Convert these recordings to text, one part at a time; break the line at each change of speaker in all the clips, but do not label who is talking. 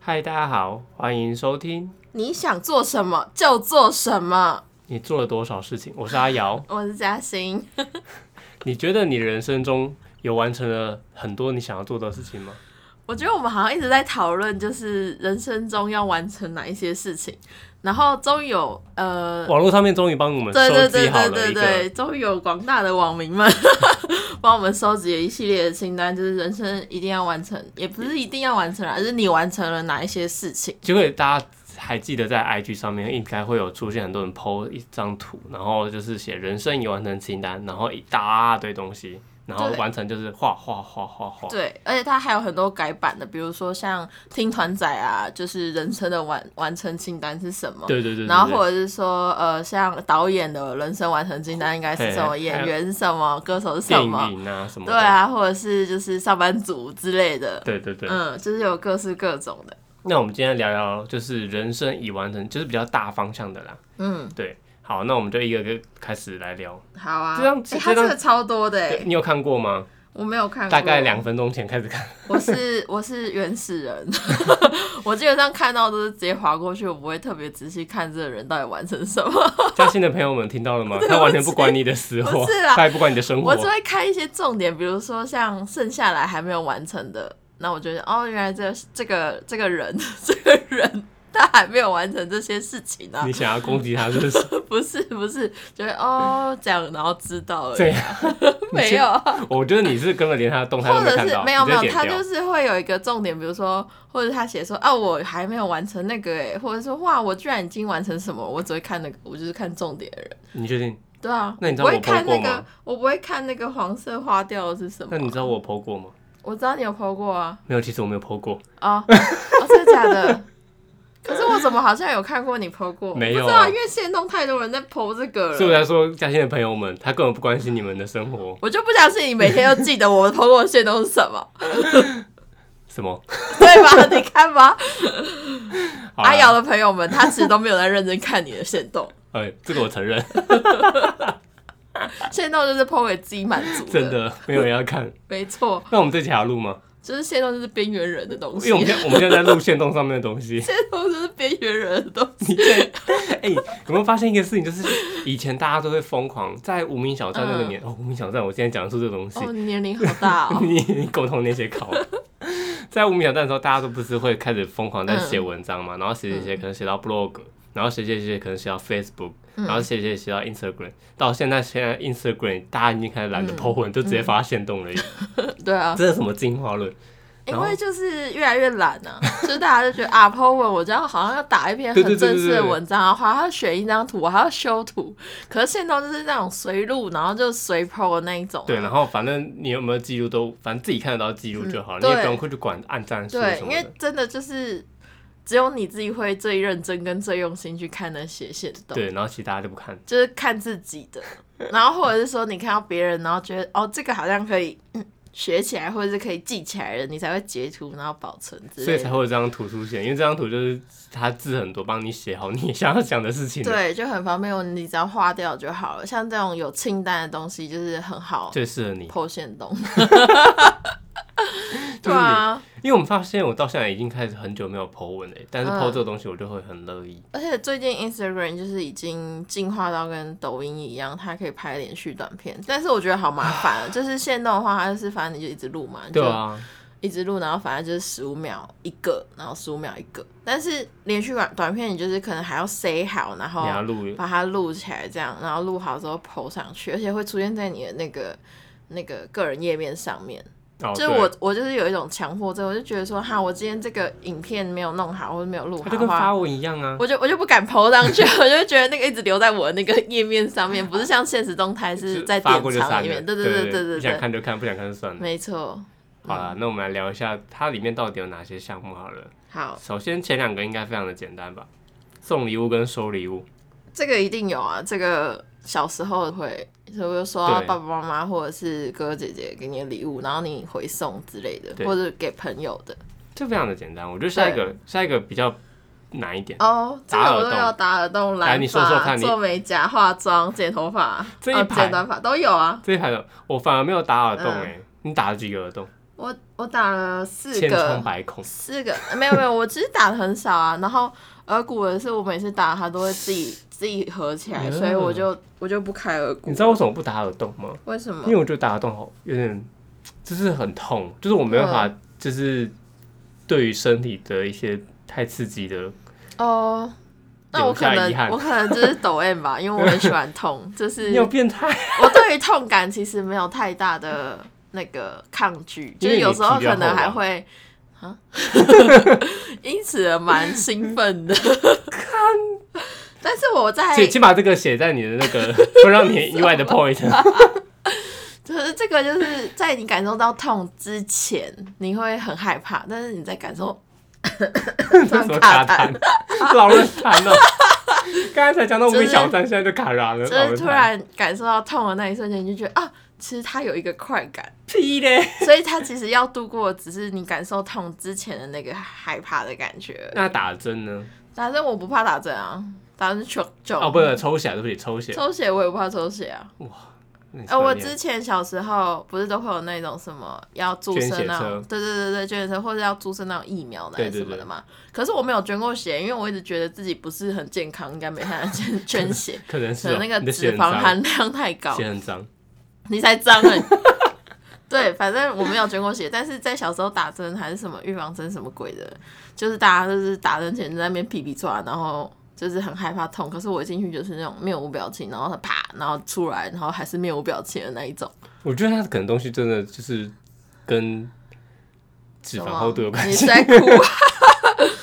嗨，大家好，欢迎收听。
你想做什么就做什么。
你做了多少事情？我是阿 瑶。
我是嘉欣，
你觉得你人生中有完成了很多你想要做的事情吗？
我觉得我们好像一直在讨论，就是人生中要完成哪一些事情，然后终于有呃，
网络上面终于帮我们
对对
收
对
集好
对
了
对
一
对，
个，
终于有广大的网 民们帮我们收集了一系列的清单，就是人生一定要完成，也不是一定要完成啊啦，就是你完成了哪一些事情。
结果大家还记得在 IG 上面应该会有出现很多人 PO 一张图，然后就是写人生已完成清单，然后一大堆东西，然后
对
完成就是画画画画画。
对，而且它还有很多改版的，比如说像听团仔啊，就是人生的完完成清单是什么？
对对对，
然后
对
或者是说，呃，像导演的人生完成清单应该是什么，
嘿
演员什么，歌手是
电
什么，
影啊什么的，
对啊，或者是就是上班族之类的，
对对对。
嗯，就是有各式各种的，
那我们今天聊聊就是人生已完成，就是比较大方向的啦。
嗯，
对，好，那我们就一个一个开始来聊。
好啊，
这张
诶
这
他这
张
个超多的诶，
你有看过吗？
我没有哎看过，啊
大概两，分钟前开始看。
我是我是原始人，我基本上看到都是直接划过去，我不会特别仔细看这个人到底完成什么，
嘉兴的朋友们听到了吗？
对
他完全不管你的死活
不是，啦
他也不管你的生
我
活
只。会看一些重点，比如说像剩下来还没有完成的，那我觉得哦，原来这这个这个人 这个人他还没有完成这些事情啊
你，想要攻击他是不是？
不是不是，觉得哦这样，然后知道了，
对呀，
没有啊，
我觉得你是根本连他的动态都
或
没
者
看
是
到，
没有
你直
没
接
有，他
点
就
掉。
是会有一个重点，比如说，或者他写说啊我还没有完成那个诶、或者说哇我居然已经完成什么，我只会看那个，我就是看重点的人，
你确定？
对啊，
那你知道
我不
我
会看
po 过
那个
吗，
我不会看那个黄色花掉是什么
那，你知道我 PO 过吗？
我知道你有 PO 过啊。
没有，其实我没有 PO 过，
哦，哦真的假的？ 可是我怎么好像有看过你 PO 过？
没有啊
不知道，因为现动太多人在 PO 这个
所以我
了，
才说嘉兴的朋友们，他根本不关心你们的生活。
我就不相信你每天都记得我 PO 过的现动是什 么，
什么？
对吧？你看吧，
好啊啦
阿瑶的朋友们，他其实都没有在认真看你的现动，
哎，这个我承认，
现动就是 PO 给自己满足
真的没有人要看。
没错，
那我们这期还要录吗？
就是现动就是边缘人的东
因为
西
我，们现在我们现在在录线动上面的东西。
现动就是边缘人的东 西，
你 在哎、有没有发现一个事情？就是以前大家都会疯狂在无名小站那个年、哦，无名小站，我现在讲出这个东西，
嗯 哦，你年龄好大哦，
你你共同那些考。 在无名小站的时候，大家都不是会开始疯狂在
嗯
写文章嘛，然后写写写，可能写到 blog，然后写写写，可能写到 Facebook，、然
嗯
后写写写到 Instagram，到现在现在 Instagram 大家已经开始懒得
嗯
po 文，就直接发现动了，
对啊，
这是什么进化论？
因
然后
为就是越来越懒啊，就是大家就觉得啊，Po 文我这样好像要打一篇
对对对
很
对
正式的
对
文章啊，还要选一张图，我还要修图。可是现在就是那种随录，然后就随 Po 的那一种啊、
对，然后反正你有没有记录都，反正自己看得到记录就好了，
嗯
你也
对
不用会去管按赞数
对，
什
因
么
为
的。
真的就是只有你自己会最认真跟最用心去看那些写的东西，
对，然后其他就不看。
就是看自己的，然后或者是说你看到别人，然后觉得哦，这个好像可以。嗯学起来或者是可以记起来的，你才会截图然后保存之
所以
类的
才。会有这张图出现，因为这张图就是他字很多，帮你写好你 想要讲的事情。，
对，就很方便，你只要划掉就好了。像这种有清单的东西，就是很好
最适合你。
破线 动。
就是
对
你，
啊，
因为我们发现我到现在已经开始很久没有 po 文了，但是
嗯
po 这个东西我就会很乐意。
而且最近 Instagram 就是已经进化到跟抖音一样，它可以拍连续短片，但是我觉得好麻 烦啊。就是线动的话，它就是反正你就一直录嘛，你就
对啊，
一直录，然后反正就是十五秒一个，然后十五秒一个。但是连续短短片，你就是可能还要塞好，然后
你要录，
把它录起来，这样，然后录好之后 PO 上去，而且会出现在你的那个那个个人页面上面。
哦
就是我，我就是有一种强迫症，我就觉得说，哈，我今天这个影片没有弄好，或者没有录
他
好
就
的
跟
话，
发文一样啊。
我就我就不敢 PO 上去，我就觉得那个一直留在我那个页面上面，不是像现实动态是
就
在
发过
典
就
藏
删
里
了，
面。对
对
对
对
对
你想
对，嗯
看就看，不想看就算了。
没错。
好了，那我们来聊一下它里面到底有哪些项目好了。
好，
首先前两个应该非常的简单吧，送礼物跟收礼物。
这个一定有啊，这个小时候会，所以我就说到
对
爸爸妈妈或者是哥哥姐姐给你的礼物，然后你回送之类的，
对
或者给朋友的。
这非常的简单，我觉得下一个下一个比较难一点。
哦，这
打耳
个我都
洞
有打耳洞、
来
染
你
发、
说说看你
做美甲、化妆、剪头发、
这一
哦
排
剪短发都有啊。
这一排的我反而没有打耳洞
嗯
哎、欸你打了几个耳洞？
我我我打了四
千疮
个，
百孔。
四个呃没有没有，我只是打的很少啊。然后耳骨的是我每次打它都会自己自己合起来，
嗯
所以我就我就不开耳骨
你。知道为什么不打耳洞吗？
为什么
因？为我觉得打耳洞好有点，就是很痛，就是我没办
嗯
法，就是对于身体的一些太刺激的，
哦，那我可
留下遗
能
憾
我可能就是抖 M 吧，因为我很喜欢痛，就是
你有变态，
我对于痛感其实没有太大的那个抗拒，
因为
就是
你
有时候
皮比较
可
厚
能还
吧
会。啊， 因此而蛮兴奋的。看，但是我在
请请把这个写在你的那 个会让你意外的 point。
就是这个，就是在你感受到痛之前，你会很害怕，但是你在感受
这
上
什么
卡
卡
痰，
痰？老人痰了。 刚才才讲到
就是
微小站，现在就卡痰了。
就是突
嗯老人
然感受到痛的那一瞬间，你就觉得啊，其实它有一个快感，
痰屁嘞！
所以它其实要度过，只是你感受痛之前的那个害怕的感觉而已。
那打针呢？
打针我不怕打针啊，打针求救
哦，不是抽血，对不起，抽血。
抽血我也不怕抽血啊。
哎
呃，我之前小时候不是都会有那种什么要注
捐
射
血
那种
车，
对对对对，捐血车或者要注射那种疫苗的
对
还是
对
什么的嘛。可是我没有捐过血，因为我一直觉得自己不是很健康，应该没太 捐捐血，
可能是
可
哦
能那个
你的血
脂
很
肪
脏
含量太高，
血很脏，
你才脏哎、对，反正我没有捐过血，但是在小时候打针还是什么预防针什么鬼的，就是大家就是打针前在那边皮皮抓，然后就是很害怕痛。可是我一进去就是那种面无表情，然后他啪，然后出来，然后还是面无表情的那一种。
我觉得它可能东西真的就是跟脂肪厚度有关
你
系
是。在哭、 啊？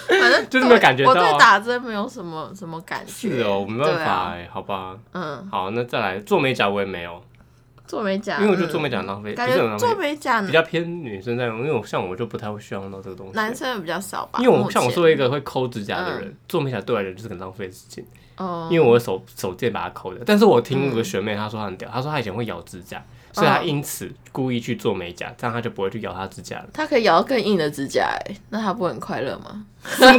反 正
就是没有感觉
对
到啊
我对打针没有什么什么感觉。
是哦，我没办
对
法
啊。
哎，好吧。
嗯，
好，那再来做美甲，我也没有，
做美甲，
因为我觉得做
嗯
美甲很浪费，不
感
是很
觉
浪
做
费，
美甲
比较偏女生在用，因为我像我就不太会需要用到这个东西。
男生比较少吧，
因为我
目
像我
前嗯
作为一个会抠指甲的人，做美甲对我来讲就是很浪费的事情，
哦，。
因为我的手手贱把它抠掉。但是我听我的学妹她说她很屌，她说她以前会咬指甲，所以她因此故意去做美甲，这样她就不会去咬她指甲了
他可以咬到更硬的指甲，哎，那他不会很快乐吗？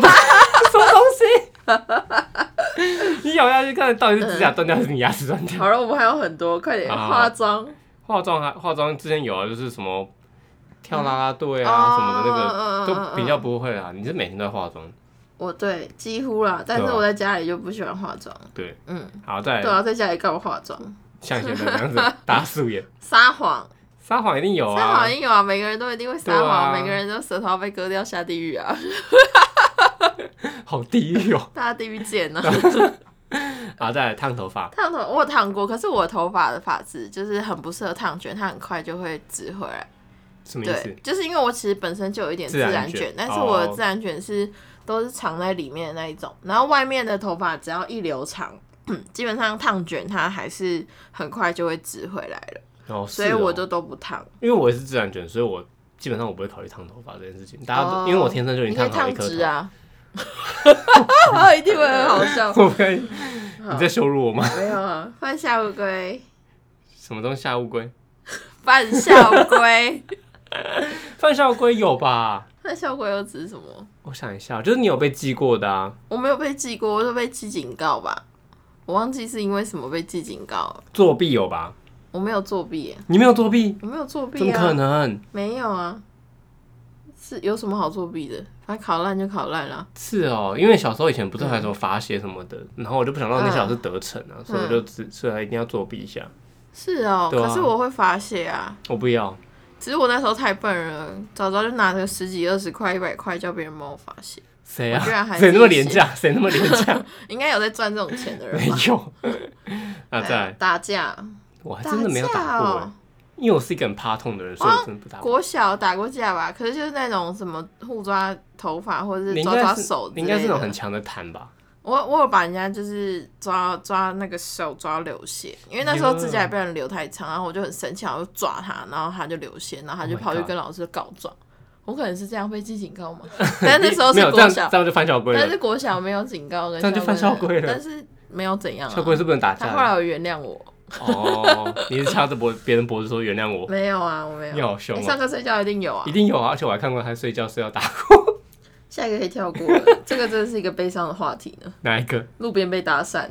什么东西？你咬下去，看到底是指甲断掉还是你牙齿断掉？
好了，我们还有很多，快点
好好
化妆
化妆还化妆之前有啊，就是什么跳啦啦队
哦
啊什么的那个。
嗯嗯嗯
都
嗯
比较不会啦，你是每天都在化妆，
我对几乎啦，但是我在家里就不喜欢化妆，
啊对，
嗯，
好，再
对
来
啊，在家里干嘛化妆？
像现在这样子 打素颜，
撒谎，
撒谎一定有
撒
啊
谎，一定有啊，每个人都一定会撒
对啊
谎，每个人都舌头要被割掉下地狱啊，
好地狱哦，
大家地狱 见啊！
好，再来烫头发，
烫头我有烫过，可是我头发的发质就是很不适合烫卷，它很快就会直回来。
什么意思
对？，就是因为我其实本身就有一点自
自
然
然
卷，
卷
但是我的
哦
自然卷是都是藏在里面的那一种，然后外面的头发只要一留长。 基本上烫卷它还是很快就会直回来了，
哦，
所以
是哦
我就都不烫。
因为我也是自然卷，所以我基本上我不会考虑烫头发这件事情。大家都、
哦
因为我天生就已
你
经
可以
烫好
烫
一颗
直
头，
啊， 一定会很好 笑。
我可以。
嗯
你在羞辱我吗？
没有啊，半夏乌龟，
什么东西下乌龟？
半夏乌龟，
犯下乌龟有吧？
半夏乌龟又指什么？
我想一下，就是你有被记过的啊，
我没有被记过，我就被记警告吧。我忘记是因为什么被记警告了，
作弊有吧？
我没有作弊耶，
你没有作弊？
我没有作弊啊，
怎么可能？
没有啊，是有什么好作弊的？反正考烂就考烂啦。
是哦，因为小时候以前不是还有什么罚写什么的，然后我就不想让那些
嗯
老师得逞啊，所以我就只所以一定要作弊一下。
是哦，
对啊
可是我会罚写啊。
我不要，
只是我那时候太笨了，早知道就拿个十几、二十块、一百块叫别人帮我罚写，
谁啊
我居然还？
谁那么
自己
廉价？谁那么廉 价？
应该有在赚这种钱的
没
人吧？哎
有。那再来，
打架，
我还
啊打
真的没有打过欸哎、
架
因为我是一个很怕痛的人，所以我真的不打
哦。
过。
国小打过架吧，可是就是那种什么互抓头发或者
你
是
应
抓抓
该是
手之
你应该是
类
那种很
的。
强的弹吧？
我我有把人家就是抓抓那个手抓流血，因为那时候指甲也被人留太长，然后我就很生气，然后我就抓他，然后他就流血，然后他就
Oh my
跑去
God
跟老师告状。我可能是这样被记警告吗？ 但是那时候
没有
是
这
国
样，
小
这，样就犯校规
但
了。
是国小没有警告跟
这样就犯校规了
但是没有怎样、啊。
校规是不能打
他
架
后来
的。
有原谅我，
哦，你是掐着脖别人脖子说原谅我，
没有啊，我没有。
哦你好凶
你上
哦。
课睡觉一定有啊
一，定有啊，而且我还看过他睡觉睡到打
下一个可以跳过了，这个真的是一个悲伤的话题呢。
哪一个？
路边被搭讪，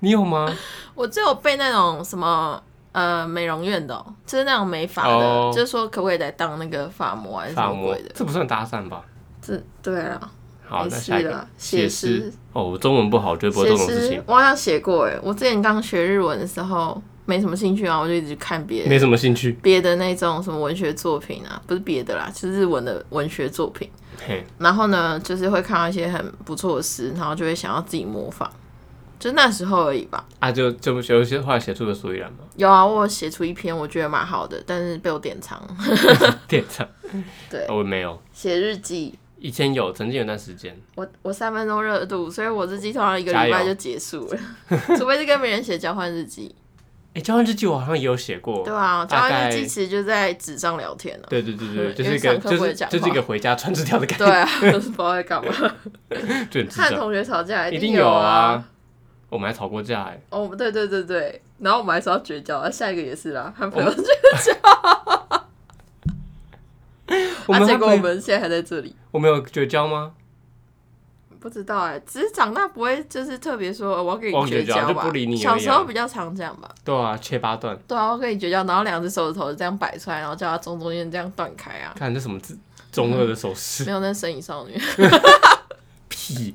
你有吗？
我只有被那种什么呃美容院的、哦，就是那种美发的，
哦
就是说可不可以来当那个发膜还是什
发
么
膜
鬼的？
这不算搭讪吧？
这对啊，
好，
没
那
事
下一个
啦写
诗
诗
哦，我中文不好，我绝对不会
写
做这种事
诗
情，
我好像写过哎，我之前刚学日文的时候没什么兴趣啊，我就一直看别
没
人
什么兴趣。
别的那种什么文学作品啊，不是别的啦，就是日文的文学作品。
嘿，
然后呢，就是会看到一些很不错的诗，然后就会想要自己模仿，就那时候而已吧。
啊，就就有些话写出个所以然嘛，
有啊，我有写出一篇我觉得蛮好的，但是被我典藏。
店长，
对，
我没有，
写日记，
以前有，曾经有段时间，
我我三分钟热度，所以我日记通常一个
加
礼拜
油
就结束了， 除非是跟别人写交换日记。
哎，交换日记我好像也有写过
对，啊，交
大概
换日记其实就在纸上聊天了、
对对对对，
嗯
就
因
是
为
一个
上课
就
不会
是
讲
就是一
话
个回家传纸条的感
对
觉，
啊，不知道在干嘛。
就很智
和
障，
同学吵架
一
定
定有
啊。
啊。我们还吵过架哎，
哦，对对对对，然后我们还说要绝交，啊下一个也是啦，和朋友绝
我
啊，
们
结
还
果
没
我
有
们现在还在这里，
我们有绝交吗？
不知道哎、只是长大不会就是特别说、呃我要跟
我要
你
绝
绝交
交就
吧，
不理你而已啊
小时候比较常这样吧，
对啊，切八段，
对啊，我跟你绝交，然后两只手指头这样摆出来，然后叫他从中间这样断开啊，
看这什么字，中二的手势
没，有那是身影少女，
屁，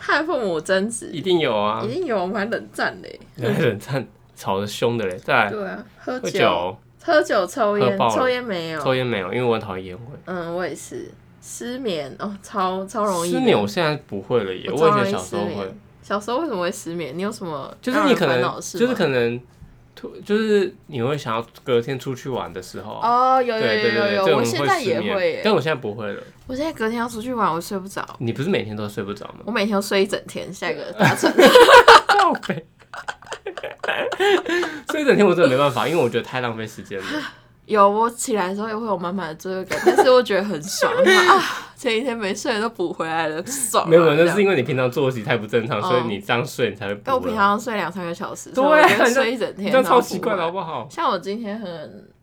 和父母争执
一定有啊
一，定有，我们还冷战嘞，
冷战吵得凶的嘞，再来
对啊，喝
喝
酒、
酒，
喝酒、抽
喝
烟、
爆了
抽烟没有，
嗯抽烟没有，因为我很讨厌烟味。
嗯，我也是，失眠哦，超超容易的
失眠我现在不会了耶，
我
我以
超容
前
易
小
失
时候会
眠，，小时候为什么会失眠？你有什么
就是
让
你
人
可
烦
能
恼的事
就是
吗
可能突就是你会想要隔天出去玩的时候，
哦，有
对
有
对
有有
对，
有，
这种
我
会
现在
失
也
眠
会耶，
但我现在不会了。
我现在隔天要出去玩，我睡不着，
你不是每天都睡不着 吗？
我每天都睡一整天。下一个打算，
靠北所以一整天我真的没办法，因为我觉得太浪费时间了。
有我起来的时候也会有满满的罪恶感，但是我觉得很爽啊！前一天没睡都补回来了，爽啊、
没有，那
这
是
样
因为你平常作息太不正常，
哦
所以你这样睡你才会补
但
了。
我平常睡两三个小时，
对
所以我就会
你这
睡一整
你
天，
这样
然
超
后补
奇怪
回
的哦好
来
不好？
像我今天很，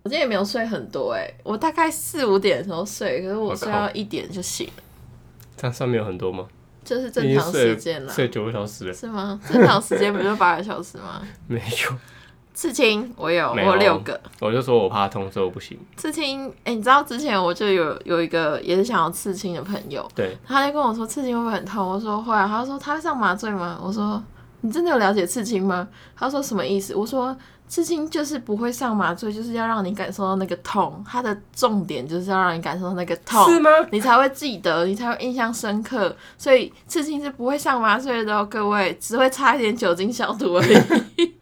我今天也没有睡很多哎、我大概四五点的时候睡，可是我
我
睡
靠
到一点就醒了，
这样算没有很多吗？
就是
你已
正
经
常
睡
时
了
间了，
睡九个小时了，
是吗？正常时间不就八个小时吗？
没有。
刺青我有，我
没有
有六个。
我就说我怕痛，所以我不行。
刺青，哎、你知道之前我就有有一个也是想要刺青的朋友，
对，
他就跟我说刺青会不会很痛？我说会啊。他说他会上麻醉吗？我说你真的有了解刺青吗？他说什么意思？我说刺青就是不会上麻醉，就是要让你感受到那个痛，它的重点就是要让你感受到那个痛。
是吗？
你才会记得，你才会印象深刻，所以刺青是不会上麻醉的哦，各位，只会擦一点酒精消毒而已。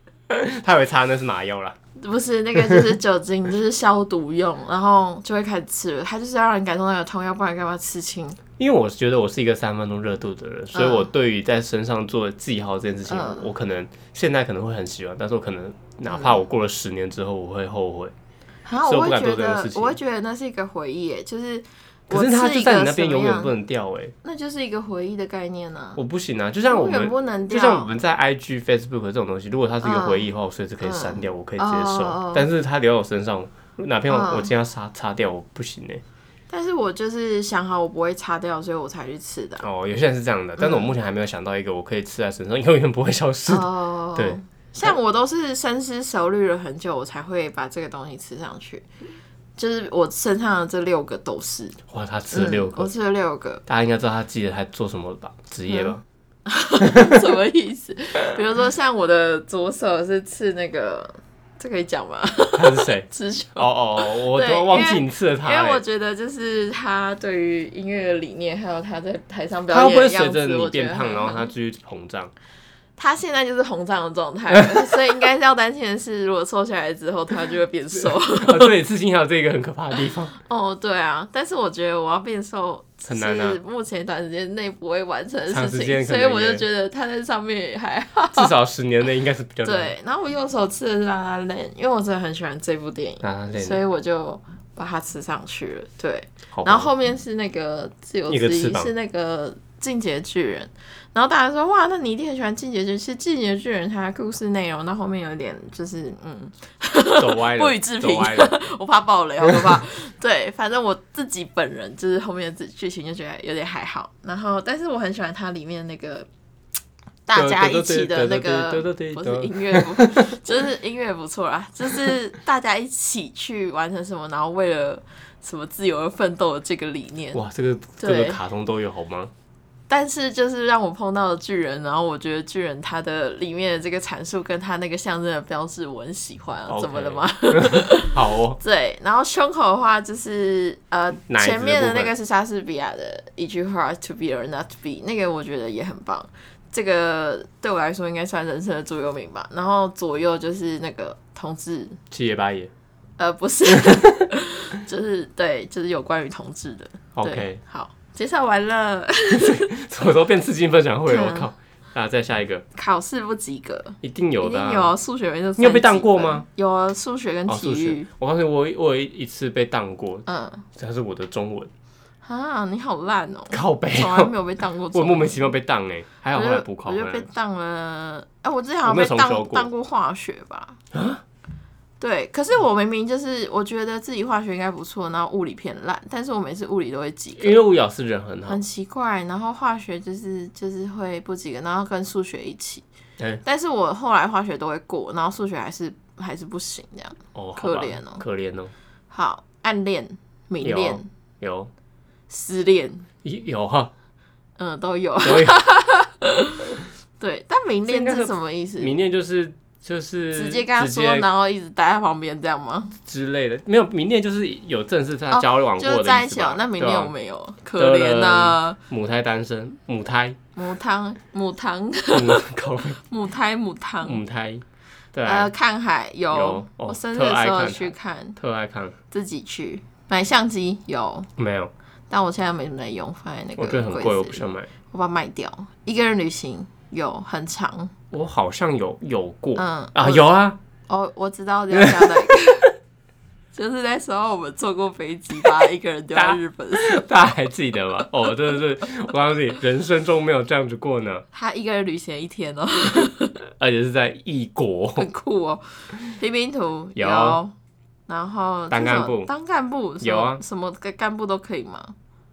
他以为擦那是麻药啦。
不是那个，就是酒精，就是消毒用，然后就会开始吃了。它就是要让你感受到有痛，要不然干嘛刺青？
因为我觉得我是一个三分钟热度的人，所以我对于在身上做记号这件事情，
嗯
我可能现在可能会很喜欢，但是我可能哪怕我过了十年之后，我会后
嗯
悔。
然后
所以我
啊
不
我会
敢做
觉
这种
得
事，情
我会觉得那是一个回忆耶，就是
可
我
是它
刺
就
一个
在你那边
什么
永远
样
不，能掉哎、欸
那就是一个回忆的概念呢、
我不行啊！就像我
永远
们，
不能
就
掉，
像我们在 IG、Facebook 这种东西，如果它是一个回忆的话，我随时可以
嗯
删掉，我可以接
哦哦
受。
哦
但是它留在我身上，哪天我、
嗯
我今天要擦擦掉，我不行哎、
但是我就是想好我不会擦掉，所以我才去刺 的啊。嗯
哦，有些人是这样的，但是我目前还没有想到一个我可以刺在身上，永远不会消失的。
哦
对，
像我都是深思熟虑了很久，我才会把这个东西吃上去。就是我身上的这六个都是，
哇，他吃了
嗯
六个，
我吃了六个，
大家应该知道他自己在做什么吧？职业吧？
什么意思？ 比如说像我的左手是刺那个，这可以讲吗？？
他是谁
刺球。
哦哦，哦我
嗯对
都忘
因
记
为
你刺了
因
他欸
为我
了。
觉得，就是他对于音乐的理念，还有他在台上
他
表
会
演
不会
的
随
样
着
子，
你
我觉
变
得
胖，
很
然后
好
他继续膨 胀？
他现在就是膨胀的状态 了，所以应该是要担心的是，如果瘦下来之后，他就会变瘦。
哦对，刺青还有这个很可怕的地方，
哦，对啊，但是我觉得我要变瘦
很难啊
是目前短时间内不会完成的
长时
事情，
间可
所
能
以我
也
就觉得他在上面也还好。
至少十年内应该是比较难。
对，然后我右手吃的是《拉拉链》，因为我真的很喜欢这部电影，
啊，累
所
了，
以我就把它吃上去了。对，
好吧
然后后面是那个自由
一个
之
翅
翼，
膀
是那个进阶巨人。然后大家说哇，那你一定很喜欢进阶巨人。其实进阶巨人它的故事内容到后面有点就是嗯，
走歪了，
不予置评
走歪了。
我怕爆雷，好可 怕。对，反正我自己本人就是后面的剧情就觉得有点还好。然后但是我很喜欢它里面那个。大家一起的那个不是音乐不， 就是音乐不错啦，就是大家一起去完成什么，然后为了什么自由而奋斗的这个理念。
哇，这个这个卡通都有好吗？
但是就是让我碰到了巨人，然后我觉得巨人他的里面的这个阐述跟他那个象征的标志我很喜欢啊
OK
怎么了吗？
好哦，
对，然后胸口的话就是呃
奶子的
前面的
部
那
分
个是莎士比亚的一句话 “to be or not to be”，那个我觉得也很棒。这个对我来说应该算人生的座右铭吧。然后左右就是那个同志，
七爷八爷
呃，不是，就是对，就是有关于同志的。对
，OK，，
好，介绍完了。
什么时候变刺激分享会了？
对
我
啊
靠！那再下一个，
考试不及格，
一定有
一
的、
定
啊，
有啊数学没就
你有被
30
当过
分
吗？
有啊，数学跟
哦，数
体育
学。。我告诉你，我有我有一次被当过，
嗯，
但是我的中文
啊，你好烂哦、
靠背
从来
哦，
没有被当 过
我
中文。
莫名其妙被当哎、还好
我
后
就
来补考
我
回
就
来
被
了。
当了，哎、我之前好像
我没
被
有重
当
修过
当过化学吧？
啊
对，可是我明明就是我觉得自己化学应该不错，然后物理偏烂，但是我每次物理都会及
因
格，
为吴老师人很好
很，奇怪。然后化学就是就是会不及格，然后跟数学一起，
哎
但是我后来化学都会过，然后数学还是还是不行这样。
哦，好
可
吧
怜哦
可怜哦，
好，暗恋、明
有
恋、
有
失恋，
有哈，
嗯，都有。
有
对，但明
这应
恋
该
是
是
什么意思？
明恋就是就是
直接跟他说，然后一直待在旁边这样吗？
之类的，没有明恋就是有正式他
哦
交往
就是
过的
在
意
一
思
起
吧
哦，那明
对
年
啊
我没有，可怜呐、
母胎单身，母 胎，
母汤母汤
母靠背
母胎母汤，
母胎，对啊，
呃，看海有，
有哦
我生日的时候去看，
特爱看，
自己去买相机有，
没有，
但我现在没怎么在用，放在那个
我觉得很贵，我不
柜子里，
想买。
我把它卖掉。一个人旅行有很长，
我好像有有过，
嗯
啊，
我
有啊，
哦，我知道要讲哪一个。就是那时候我们坐过飞机，把他一个人丢到日本的时候，
大家还记得吗？哦，真的是，我告诉你，人生中没有这样子过呢，
他一个人旅行一天 哦，
而且是在异国。
很酷哦。平平图
有
然后
当干部
这种当干部什么
有啊
什么干干部都可以吗？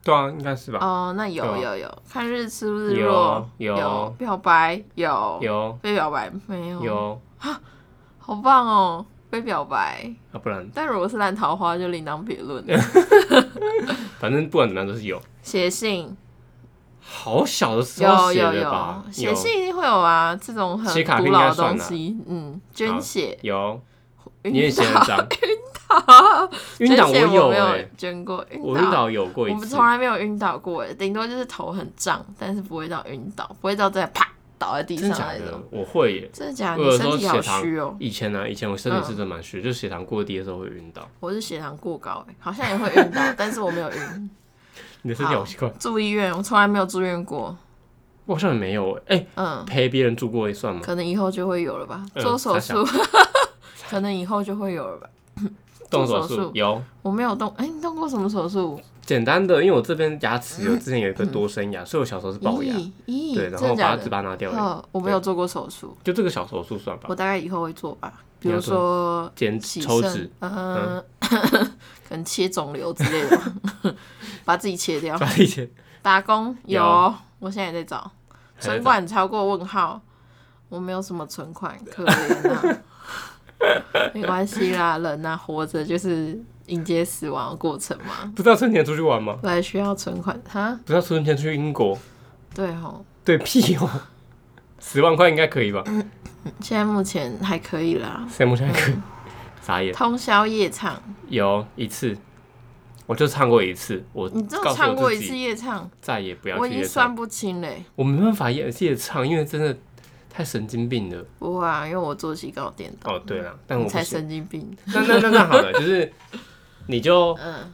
对啊，应该是吧？
哦，那有
有啊
有有，看日出日落
有有
表白有
有
被表白没有？
有
好棒哦，被表白。
啊，不然
但如果是烂桃花就另当别论 了。
反正不管怎么样都是有。
写信
好小的时候
有
写
有
的
有
吧，？
写信一定会有啊，这种很
写卡
古
片
老
应该
的
算
东
啊
西，嗯，捐
好
血。
有，
晕
你也写很 脏。
倒
晕倒
捐血
有
我没
哎
有，捐过晕
我晕倒有过
我
一
们
次
从。来没有晕倒过耶，顶多就是头很胀，但是不会到晕倒，不会到真的啪倒在地
真
上
的假
那
的
种。？
我会耶。
真的假的？
我
你
有时候
身体好
血糖
虚哦，
以前啊呢，以前我身体是
嗯
真的蛮虚，就血糖过低的时候会晕倒。
我是血糖过高耶，好像也会晕倒，但是我没有晕。
你的身体好奇怪，
住医院，我从来没有住院过。
我好像也没有哎。哎，
嗯，
陪别人住过也算吗？
可能以后就会有了吧。
嗯
做手术， 可能以后就会有了吧。
动
做
手
手
术
术
有。
我没有动，哎、你动过什么手术？
简单的，因为我这边牙齿有之前有一个多生牙，所以我小时候是龅牙，
嗯咦咦，
对，
真
然后
的
把
假
它
的
嘴？巴拿掉了，
哦，我没有做过手术，
就这个小手术算吧
我，大概以后会做吧。比
你要
如说
剪
洗
抽
肾
脂，嗯
呃， 可能切肿瘤之类的吧， 把自己 切掉。
把以前
打工有
有，
我现在也在找
还在找
存款超过问号，我没有什么存款，可怜啊。 没关系啦，人呐、活着就是迎接死亡的过程嘛，
不知道春天出去玩吗？
本来需要存款哈，
不知道春天出去英国，
对吼，
对屁哦，十万块应该可以吧？
现在目前还可以啦。
三木现在可以，傻眼，
通宵夜唱，
有一次。我就唱过一次，我
你只
告
有
诉我
唱过
自
一
己
次夜唱，
再也不要
我
去
已经
夜
算
唱。
不清嘞。
我没办法夜夜唱，因为真的太神经病了。
不会啊，因为我作息跟我颠倒，
哦，对了，但我
你
不
才
行。
神经病。
那那那那好了，就是你就
嗯，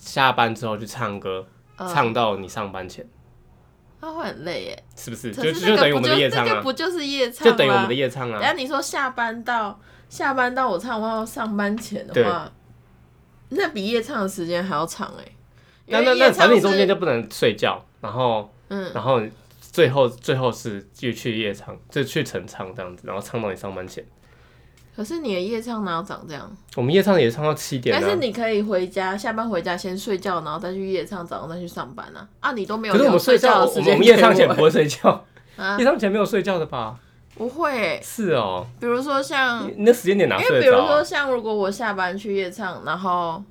下班之后去唱歌，
嗯
唱到你上班前，
那会很累耶。
是不是？
可
就是就
那
等于
个
我
不
们
就
的夜
这
唱
个
啊，
不就是夜唱
就
吗？
等于我们的夜唱
等下
啊。
你说下班到下班到我唱完要上班前的
对
话，那比夜唱的时间还要长哎、因
那
为
那
夜
那，
唱
反
是
正你中间就不能睡觉，然后
嗯，
然后最后最后是就去夜唱，就去晨唱这样子，然后唱到你上班前。
可是你的夜唱哪有长这样？
我们夜唱也唱到七点
但是
啊，
你可以回家，下班回家先睡觉，然后再去夜唱，早上再去上班啊！啊，你都没有
可是我
留
们
睡
睡
觉
觉，
的
我
时
们
间
我们夜唱
给
前
我
不会睡觉，
啊
因为他们前没有睡觉的吧？
不会欸，
是哦，
比如说像
你那时间点哪
嗯因为
睡
比
得
如
着
说
啊？
像如果我下班去夜唱，然后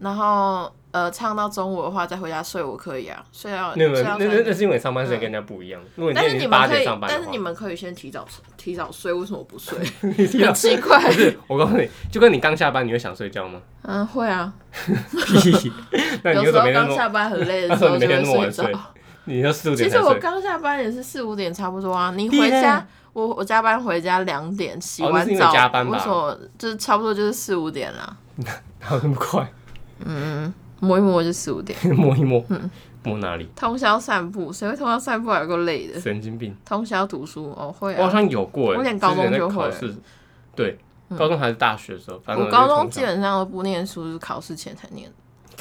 然后呃唱到中午的话再回家睡，我可以啊，睡到
那那
睡到
那
三
那
点。
是因为你上班时间跟人家不一样。如果你今
嗯但
天
是
你
你
八
们可
点
以
上，班
但
的
是
话
你，们可以先提早提早睡，为什么我 不睡？
你听到
很奇怪。
不是我告诉你，就跟你刚下班你会想睡觉 吗？
嗯，会啊，
屁那你
有
又
时
怎么
候
没那
刚
么？
下班很累
那
的
时
时
候
候
你
就
没那
会
么晚
着
睡。，你要四五
其
点
实
才
我
睡。
刚下班也是四五点差不多啊。你
屁
回
嘞
家，我我加班回家两点，洗
哦那
完
是因为
澡，
加班吧
为什么就是差不多就是四五点啦，
哪有那么快？
摸一摸就四五点。
摸一摸，
嗯
摸哪里？
通宵散步，谁会通宵散步还有够累的？
神经病！
通宵读书哦，会
我好
啊。
像有过欸，
我以前高中
之前在
就会欸
考
嗯
试，对，高中还是大学的时候，反正
我高中基
见
本上都不念书，就是考试前才念的。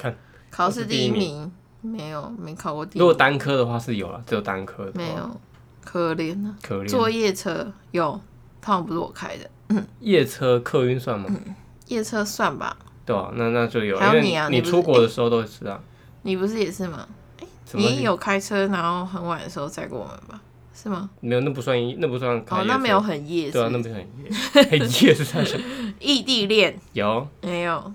看。
考试第一
考试第一
名没有，没考过第一
如果
名，
单科的话是有了，只有单科的话
没，有，可怜啊。
可
坐
怜。
夜车有，通常不是我开的，
夜车客运算吗？
夜车算吧。
对啊，那那就有，
嗯还有
因为
你啊
你
你不是
出国的时候都是啊。
你不是也是吗？
什么
你
东西
也有开车，然后很晚的时候载过我们吧？是吗？
没有，那不算，那不算开
哦
夜，车。
那没有很夜，
对啊，
是
那
不
不
是
是很夜，很夜是在 想
异地恋
有，
没有？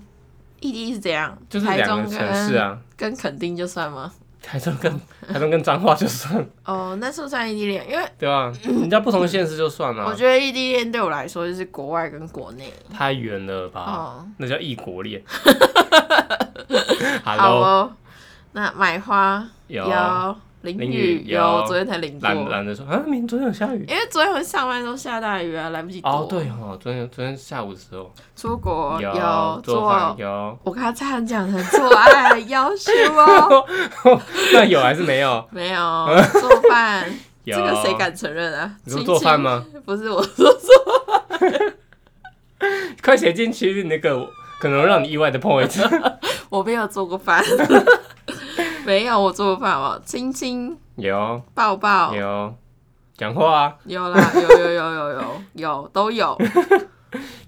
异地是怎样？
就是
台
两
中哦
个城市啊，
跟跟垦丁就算吗？
台中跟台中跟彰化就算，
哦，那是不算异地恋，因为
对啊，人家不同县市就算啊
我
了，
觉得异地恋对我来说就是国外跟国内。
太远了吧？
哦，
那叫异国 恋。
好
Hello，
哦，那买花
有
淋
淋雨
雨
有
昨天才淋过，
懒懒得说啊，明天昨天有下雨
因为昨天我上班的时候下大雨啊，来不及躲。
哦，对哦，昨天昨天下午的时候
出国
做饭
做，
有，
我刚才差点讲成做爱， 要求哦。
那有还是没有？
没有做饭，
有
这个谁？敢承认啊？
你说
亲
做饭
戚？
吗？
不是我说
快写进去那个可能让你意外的碰位 置。
我没有做 过饭，没有我做过饭哦，亲亲
有
抱抱
有，讲话啊，
有啦，有有有有有有 都有，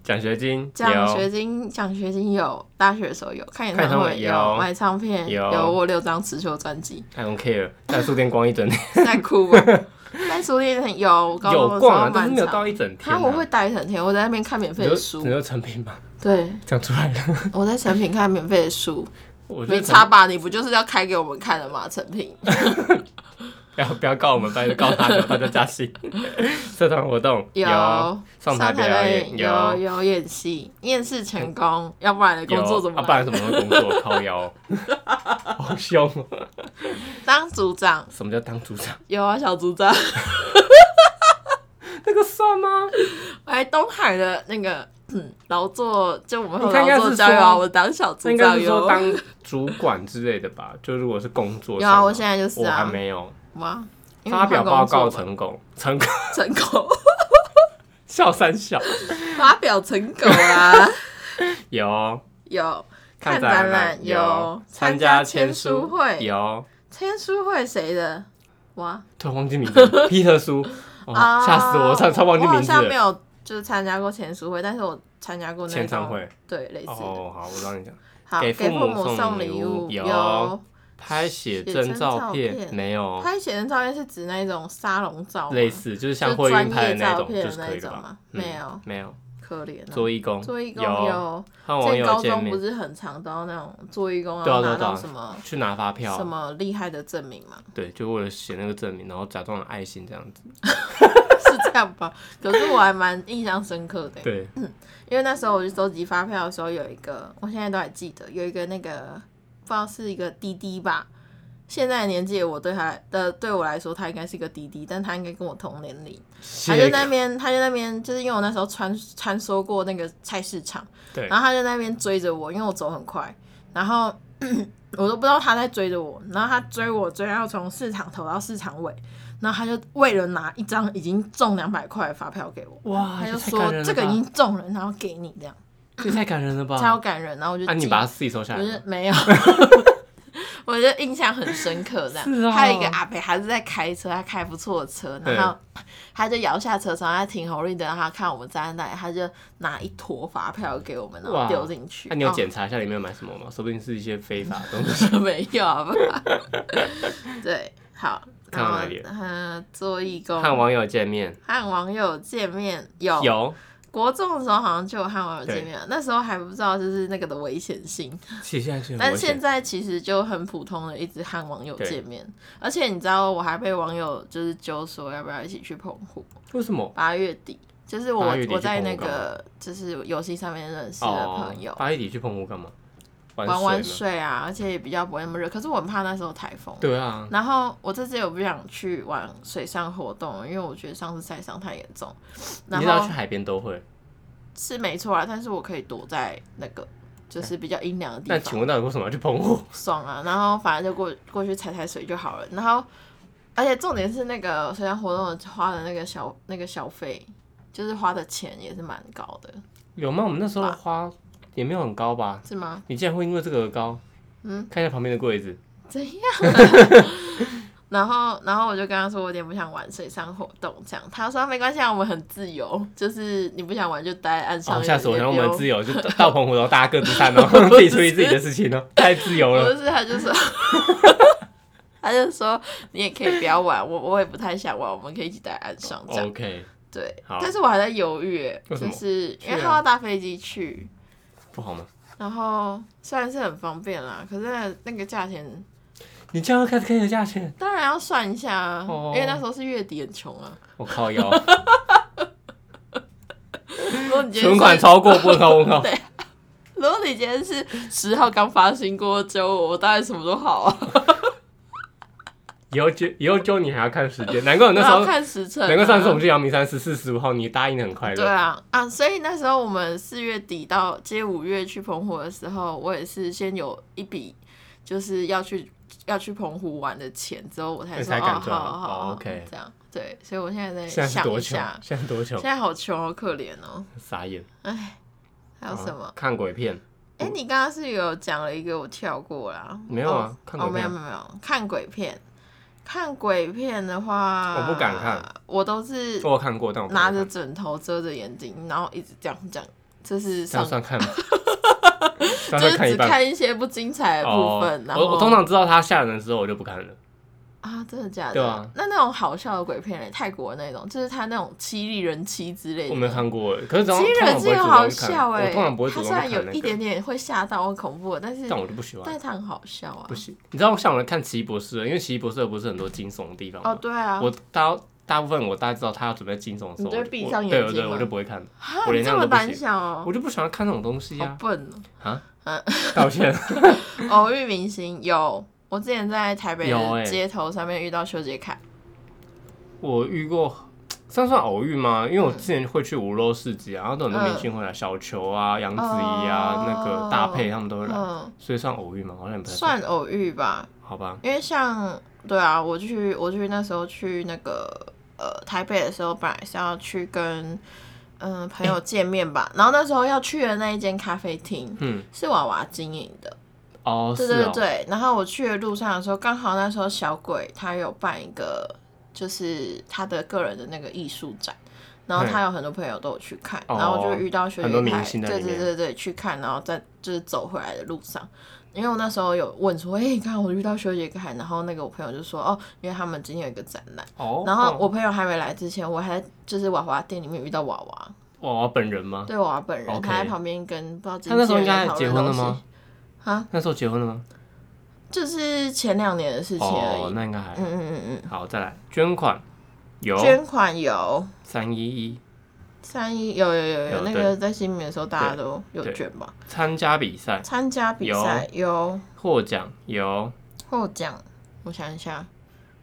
奖学金
奖
有
学金奖学金有，大学的时候有，看演
看演唱
唱
会
会
有
买唱片
有
有，我有六张磁球专辑，
，I don't care，在书店逛一整天，
是在哭 吗？在书店有， 高中
有
的时
逛
候
啊，但是
蛮
没有到
长。
一整天
他
啊。
我会待一整天，我在那边看免费
你
的
就
书
你。就成品吧，
对，
讲出来 了。
我在成品看免费的书，
我觉
没
得
差
成
吧？你不就是要开给我们看的吗？成品，
不要不要告我们，班，告他，大家加薪。 社团活动
有
上台表演
有有演戏，面试成功，要不然的工作怎么
啊？不
办？
然怎么会工作？ 靠腰，好凶哦！
当组长
什么叫当组 长？
有啊，小组长，
那个算吗？
哎，东海的那个嗯劳作，就我们
你看应该
劳
是
作交流啊，
说
我当小
那
组
应该
长
是说
有
当主管之类的吧？就如果是工作
有
上的
啊，
话，
我现在就是
我还
啊，
没有
哇，因为
发表
换工
报
作
告
嘛
成功，成功
成功，
笑三笑
发表成果啊，
有
有
看
看
展
展
览
览
有
有
参
参
加
加
签
签
书
书会
有。
签书会谁的？哇
突然忘记名字，Peter 叔，哦
啊，
吓、死我，差超忘记
我
名
好
字
像没
了。
有就是参加过签书会，但是我参加过那
签唱
种
会，
对，类似的。
哦，好，我帮你讲。
好，
给
给
父
父
母送
送
礼
礼
物有哦
有，
拍写
写
真
真
照
照
片
片
没有，
拍写真照片是指那种沙龙照吗，
类似就是
就
像
是
惠
专
运拍的
业
那
照
种，
片
就
的
是
那
可以
一
了
种
吧
吗？？
嗯
没有，
没有。
可怜啊。
做义工，
做义工
有，
有，
和网
在
友
高
见
中不
面，
是很常到那种做义工，
对
然
啊
后
对啊
拿到
对啊
什么
去拿发票
什，么厉害的证明吗？
对，就为了写那个证明，然后假装有爱心这样
嗯
子。
是这样吧？可是我还蛮印象深刻的，欸
对，
因为那时候我去收集发票的时候，有一个我现在都还记得，有一个那个不知道是一个滴滴吧。现在的年纪，我对他的对我来说，他应该是一个滴滴，但他应该跟我同年龄。他就
谢
在那边，他就在那边，就是因为我那时候穿穿梭过那个菜市场，
对
然后他就在那边追着我，因为我走很快，然后 我都不知道他在追着我，然后他追我追到从市场头到市场尾，然后他就为了拿一张已经中两百块的发票给我，
哇，
他就
啊太
说
感人了
这个
吧
已经中了，然后给你这样，
这太感人了
超
吧？
感人，然后我就
啊，你
记
把它自己收下
我
来
就
吗，
没有， 我就印象很深刻。这样，
是哦
还有一个阿北，还是在开车，他开不错的车，然后他就摇下车窗，他停红绿灯，然后他看我们站在那里，他就拿一坨发票给我们，然
哇
后丢进去。
那啊你有
哦
检查一下 里面有买什么吗？说不定是一些非法的东西。
没有好不好？对，好，
看
然
到
后
哪里了
呃，做义 工，
和网友见面
和网友见面有
有，
国中的时候好像就有和网友见面了，那时候还不知道就是那个的危险性，
其实现在是很
但
危
现
险
在其实就很普通的一直和网友
对
见面，而且你知道我还被网友就是揪说要不要一起去澎湖，
为什么？
八月底。就是我
八月底去
我在那
澎湖干
个就是游戏上面认识的
哦
朋友，，
八月底去澎湖干嘛？
玩
玩
玩
水吗？
水啊，而且也比较不会那么热。可是我很怕那时候台风。
对啊，
然后我这次我不想去玩水上活动，因为我觉得上次晒伤太严重。
你
然
知道
后
去海边都会。
是没错啊，但是我可以躲在那个就是比较阴凉的地
那
方。
请问到底为什么要去澎湖？
爽啊！然后反正就过过去踩踩水就好了。然后，而且重点是那个水上活动花的那个小那个小费，就是花的钱也是蛮高的，
有吗？我们那时候
吧
花也没有很高吧？
是吗？
你竟然会因为这个而高？嗯，看一下旁边的柜子，
怎样、然后，然后我就跟他说，我有点不想玩水上活动，这样。他说没关系，啊，我们很自由，就是你不想玩就待在岸上
哦，
也。
吓死我！
嗯也
然后
不
我们
用
自由就 到澎湖，然后大家各自散哦， 自己处理自己的事情哦，太自由了。
不是，他就说， 他就说你也可以不要玩，我我也不太想玩，我们可以一起待在岸上这样。
OK，
对，
好
但是我还在犹豫耶，
为什
就
么
是因为
去啊
他要搭飞机去，
不好吗？
然后虽然是很方便啦，可是那个价钱
你这样开始开始价钱，
当然要算一下啊，
哦
因为那时候是月底很 穷啊。
我靠腰，
如果你今天
存款
是
超过啊问号问号，
如果你今天是十号刚发新锅揪我，我当然什么都好啊，
以后揪以后揪你还要看时间，难怪 我那时
我要
候。
看时辰、啊。
难怪上次我们去阳明山十四十五号，你答应的很快
对
乐，
啊，啊，所以那时候我们四月底到接五月去澎湖的时候，我也是先有一笔就是要去要去澎湖玩的钱，之后我才
你
说
哎才敢
哦，
赚
好好好
哦
好
OK
这样对，所以我现在
现
在
在是
想
多
一
久
下？，
现在多久
现？在好穷，好可怜哦，
傻眼。
还有什么
啊？看鬼片，
哎、你刚刚是有讲了一个我跳过啦，
没有啊看
哦，
鬼
哦没
片
有
啊
没有没有，看鬼片，看鬼片的话，
我不敢看，
我都是
我有看过，但我不
拿
敢
着
看
枕头遮着眼睛，然后一直这样这样，这是
这样
上
算 看吗？这样
就
算看一
是只
半吗哦
看一些不精彩的部分，然后
我我通常知道他吓人之后，我就不看了。
啊，真的假的？
对啊
那那种好笑的鬼片嘞，泰国的那种，就是他那种七力人妻之类
我
的。
没有看过欸，可是通常
七力人
通常不
妻
会
很
主
好
动去看，
笑哎、
我通常不会
他
主动
虽
去
然
看
有
那
一
个
点，点会吓到或恐怖，但是
但我就不喜欢
但，它很好笑啊
不。行。你知道我像我看《奇异博士》，因为《奇异博士》不是很多惊悚的地方
哦，
吗？
对啊，
我大大部分我大概知道他要准备惊悚的时候，
你就
我
闭
我
上眼
对
睛
对，我
吗
就不会看了，
哈
我
你
连那
这
样
么
都不
胆
行
小哦，
我就不喜欢看那种东西
好
啊
笨哦。
啊！
嗯
道歉，
偶遇明星有，我之前在台北
有
的
欸
街头上面遇到修杰楷，
我遇过。算算偶遇吗？因为
嗯
我之前会去五楼市集啊，然后都有很多明星会来，小球啊、杨子怡啊、那个大佩他们都会来，
哦嗯，
所以算偶遇吗？好像也不太
算偶遇吧，
好吧。
因为像对啊，我去我去那时候去那个呃台北的时候，本来是要去跟嗯、呃朋友见面吧，然后那时候要去的那一间咖啡厅
嗯，
是娃娃经营的，
哦，
对
是
对
哦
对。然后我去的路上的时候，刚好那时候小鬼他有办一个就是他的个人的那个艺术展。然后他有很多朋友都有去看，
哦
然后就遇到学
很多
姐
明
派，
星在
对
里面
对对对，去看，然后再就是走回来的路上，因为我那时候有问说，哎、你看我遇到修杰楷，然后那个我朋友就说，哦，因为他们今天有一个展览，
哦，
然后我朋友还没来之前，我还就是娃娃店里面遇到娃娃，
娃娃哦本人吗？
对娃娃本人，
OK
他在旁边跟不知道经
他那时
纪
候
人
应
在
该
讨
结
论
婚了
东西，
吗？
啊，
那时候结婚了吗？
就是前两年的事情而
哦，
已，
那应该还
嗯嗯嗯嗯，
好。再来捐款，有
捐款有
三一一
三一有有有
有
有那
对
个在新民的时候大家都有
对
捐吧，
参加比赛
参加比赛有
获奖有
获奖，我想一下，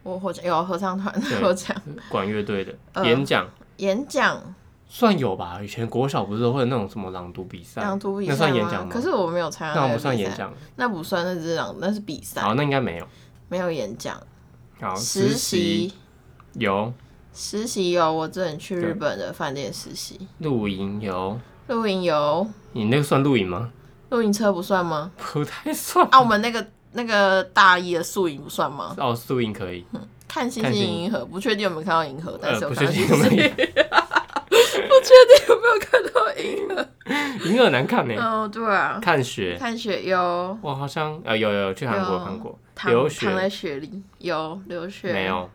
我获奖有合唱团
对
获奖，
管乐队的
嗯
演讲，
演讲
算有吧？以前国小不是都会有那种什么朗读比赛，
朗读比
那
赛
算演讲吗
可是我没有参加，
那我不算演，讲，
那不算那只朗，那是比赛，
好，那应该没有。
没有演讲。
好，
实习
有
实习有，我之前去日本的饭店实习，
露营有，
露营有，
你那个算露营吗？
露营车不算吗？
不太算。
啊，我们那个那个大一的宿营不算吗？
哦，露营 可以，
看星
看星
星银河，不确定有没有看到银河，但
呃
是，我
不
看
确
到
定
星
有
星，
没有
不确定有没有看到婴儿。
婴儿难看呢、
哦，对啊，
看雪，
看雪有
我好像呃有有有去韩国
有
看过，
躺
留
躺在
学
雪里，有留学
没？ 有，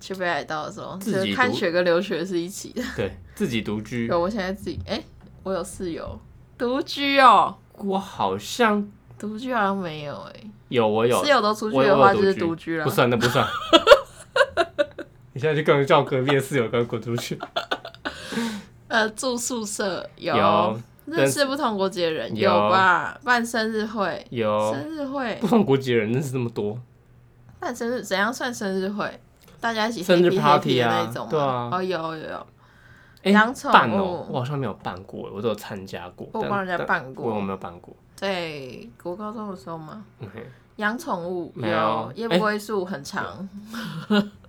去北海道的时候，
自
就
己嗯
是看
读
雪跟留学是一起的。
对自己独居，
有，我现在自己哎、我有室友，独居哦，
我好像
独居好像没有哎、
有我有
室，友都出去
我有
的
我
话
有
就是
独
独居了
不。算那不 算，你现在就跟人叫隔壁的室友跟我滚出去，
呃，住宿舍有
有
认识不同国籍的人
有
有吧？办生日会，
有
生日会
不，同国籍的人认识这么多，
办生日怎样算生日会？大家一起
生日
happy
party
happy 的
啊
那一种吗
对啊
哦，有有有，
哎、
养宠
办哦、
物
我好像没有办过，我只有参加过，
我
但
帮人家
但
办
我
过
没，有办过，
对，国高中的时候嘛，
嗯嘿
养宠物
没有
夜
哎
不归宿很长，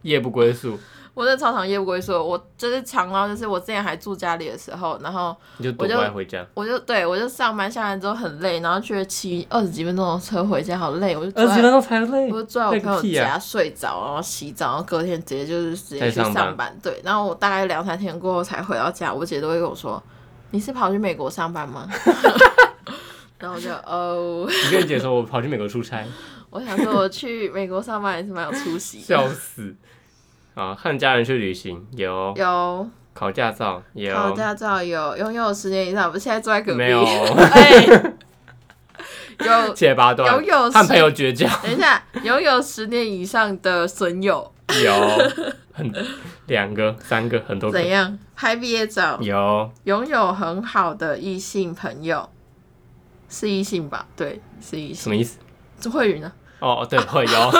夜不归宿，
我真的超长夜不归宿的，我就是长到就是我之前还住家里的时候，然后
你就躲
我就
外回家，
我就对我就上班下班之后很累，然后觉得骑二十几分钟的车回家好累，我就坐
二十
在
分钟才累
我，就坐在我
那个
朋
屁
友
啊
家睡着，然后洗澡，然后隔天直接就是直接
再
去
上
上
班
对，然后我大概两三天过后才回到家，我姐都会跟我说：“你是跑去美国上 班吗？” 然后我就哦，
你跟你姐说我跑去美国出差，
我想说我去美国上班还是蛮有出息的。
笑死。啊，和家人去旅行有，
有
考驾照有，
考驾照，有拥有十年以上，我现在坐在隔壁。
没有
哎，有
切八段，
有有
和
十
朋友绝交
等一下，拥有十年以上的损友
有，很两个三个很多个
怎样？拍毕业照，
有
拥有很好的异性朋友，是异性吧？对，是异
什
性。
么意思？
这慧宇呢？
哦，对，会 有。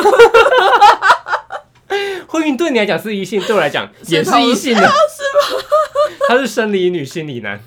婚姻对你来讲是异性，对我来讲也是异性的， 是吗？他是生理女，心理男，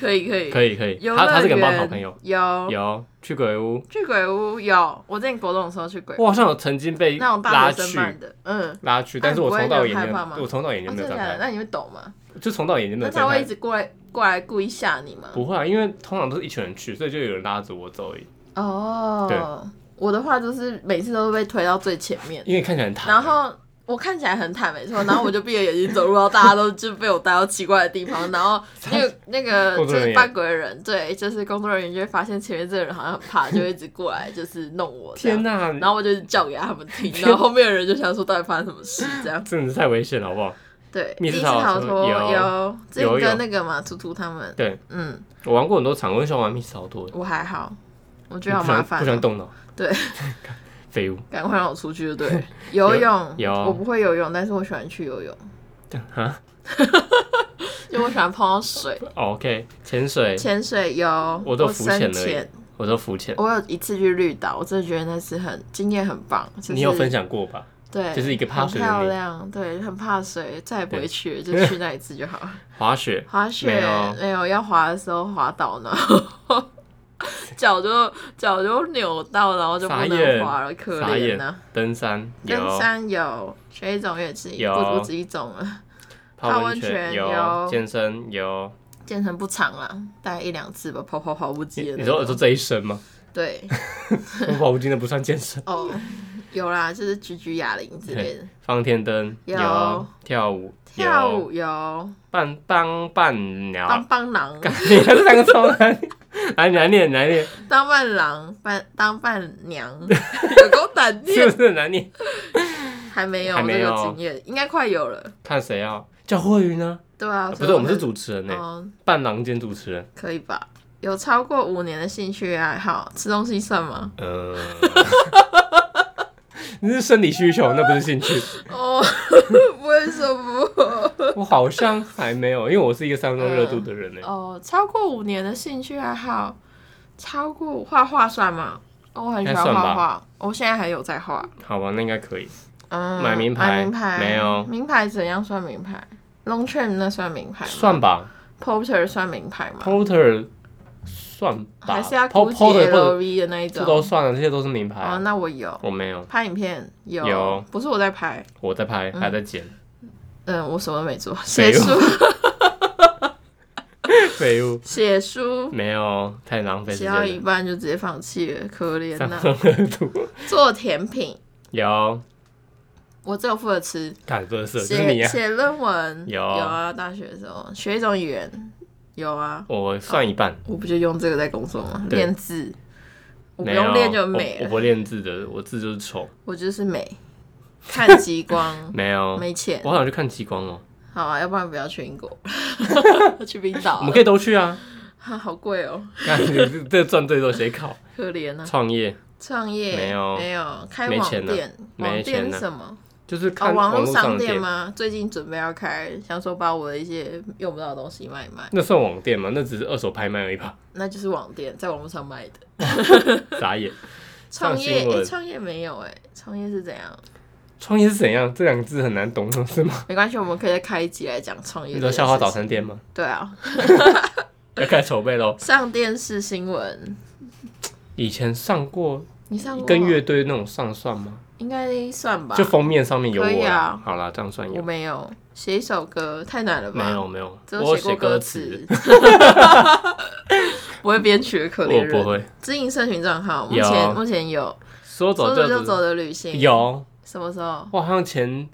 可以，可以，
可以可以，
游
他他
乐
是个很棒的
园
好朋友。
有
有去鬼屋，
去鬼屋有，我之前国中的时候去鬼屋，
我好像有曾经被
那种
拉
大学生
去
办的，嗯。
拉去，但是我
那
从
你不会
到
觉
眼
得害
睛
怕吗，
我从到眼睛
哦，
没有
真的
张
假的？
开，
那你会抖吗？
就从到眼睛没
那
有
他
张
会
开
一。直过来过来故意吓你吗？
不会啊，因为通常都是一群人去，所以就有人拉着我走而已。
哦，我的话就是每次都会被推到最前面，
因为看起来很坦然
然后我看起来很坦，没错，然后我就闭着眼睛走路，然后大家都就被我带到奇怪的地方，然后那个那 个
工
就
作人
是
员
扮鬼的人，对，就是工作人员就会发现前面这个人好像很怕，就会一直过来就是弄我，
天
哪！
哪、
然后我就一直叫给他们听，然后后面的人就想说到底发生什么事这样。
真的是太危险了，好不好？
对，
密
第
室
一次
逃
逃
脱
脱
有
有，之
有有
前跟那个嘛图图他们，
对
嗯，
我玩过很多场，我很喜欢玩密室逃脱，
我还好，我觉
不
得好
喜欢
麻烦
不喜欢
哦，
动脑。
对，
废物
赶快让我出去就对了。游泳，
有
我不会游泳，但是我喜欢去游泳，
啊哦
就我喜欢碰到水。
！OK，潜水
潜哦水有，
我都浮
深
潜而已
潜。
我都浮潜，
我有一次去绿岛，我真的觉得那次很经验很棒。就是、
你有分享过吧？
对，
就是一个怕水的
很漂
你
亮，对，很怕水，再也不
对
会去了，就去那一次就好 了。
滑雪
滑雪
没有
要滑的时候滑倒呢， 然后脚就脚就扭到，然后就不
傻眼
能滑了，可
傻
怜
眼
呢、
登山有，
登山有，水种也是一
有
不不止一种啊了，
泡
泡
温
温泉
有，
有
健身有。
健身不长啦，大概一两次吧，跑跑跑步机
你
的
你
那
说你说
种。
这一生吗？
对，
我跑步机那不算健身。
哦，有啦，就是举举哑铃之类的。
放天灯
有
跳舞
跳
有
舞有
伴帮伴
当
娘，
伴郎，
你还是三个超难，来你来念你来念，
当伴郎，伴当伴 娘，有够难
是
念，
不是很难念？
还没有
还没
这
有
个经验，应该快有了。
看谁要叫慧云呢？
对啊，
啊不
所以
对，我们是
很
主持人呢，
哦，
伴郎兼主持人。
可以吧？有超过五年的兴趣爱好，吃东西算吗？
呃， 你是生理需求，那不是兴趣。
哦，为什么？
我好像还没有，因为我是一个三分钟热度的人欸呢。
哦，超过五年的兴趣爱好，超过画画算吗？哦我很喜
应该
欢
算吧
画画，我现在还有在画。
好吧，那应该可以。
嗯，
买名牌
买名牌
没有
名牌怎样算名牌？Long chain 那算名牌吗？
算吧
Porter 算名牌吗？
，Porter 算吧，
还是要
Po-
Gucci
Porter 或者
LV 的那一
这都
种？
算了，这些都是名牌
哦，
啊。
那我有
我没有，
拍影片，有
有
不是我在拍，
我在拍，还在 剪。
嗯，我什么都没做，
没
写
有
书，
废物，
写书。
没有，太浪费时
写
间
到一
了。
半就直接放弃了，可 怜
三
呐、
分钟热度
做甜品，
有，
我只有负责吃。
看这色，这是你
写
啊。
写论文
有
有啊，大学的时候学一种语言，有啊，
我算一半，
我不就用这个在工作吗？
对
练字，哦我不
没有
用练就美
我我
了，哦
不练字的，我哦字就是丑，
我就是美。看极 光
没有。
没钱，
我好想去看极光哦，
好啊，要不然不要去英国， 去冰岛
我
啊
们可以都去 啊。
啊，好贵哦，
看这这赚最多谁考？
可怜啊。
创业
创业
没有
没有开
没
网
钱啊
店，
没
网店
钱
是
啊
什么？
就是
哦，
看
网
络
络
上
商
的店，
吗？最近准备要开，想说把我的一些用不到的东西卖一卖，
那算网店吗？那只是二手拍卖而已吧，
那就是网店，在网络上卖的。
傻眼。上
创业
新闻
诶，创、业没有诶，创业是怎样？
创业是怎样？这两个字很难懂， 是吗？
没关系，我们可以再开一集来讲创业。
你说校花早？餐店吗？
对啊，
要开始筹备喽。
上电视新闻，
以前上过
你上过吗
跟乐队那种上算吗？
应该算吧？
就封面上面有
可以
我
啊
啦。好啦，这样算
我
有。
没有写一首歌，太难了吧？
没有没有，
只
我
有
有
写
写
过
歌词，，
词 不会编曲的可怜
我
人。
不会。
经营社群账号，目
有
前目前有
说
说
走
走就
就
走的旅行，
有，
什么时候？
我好像前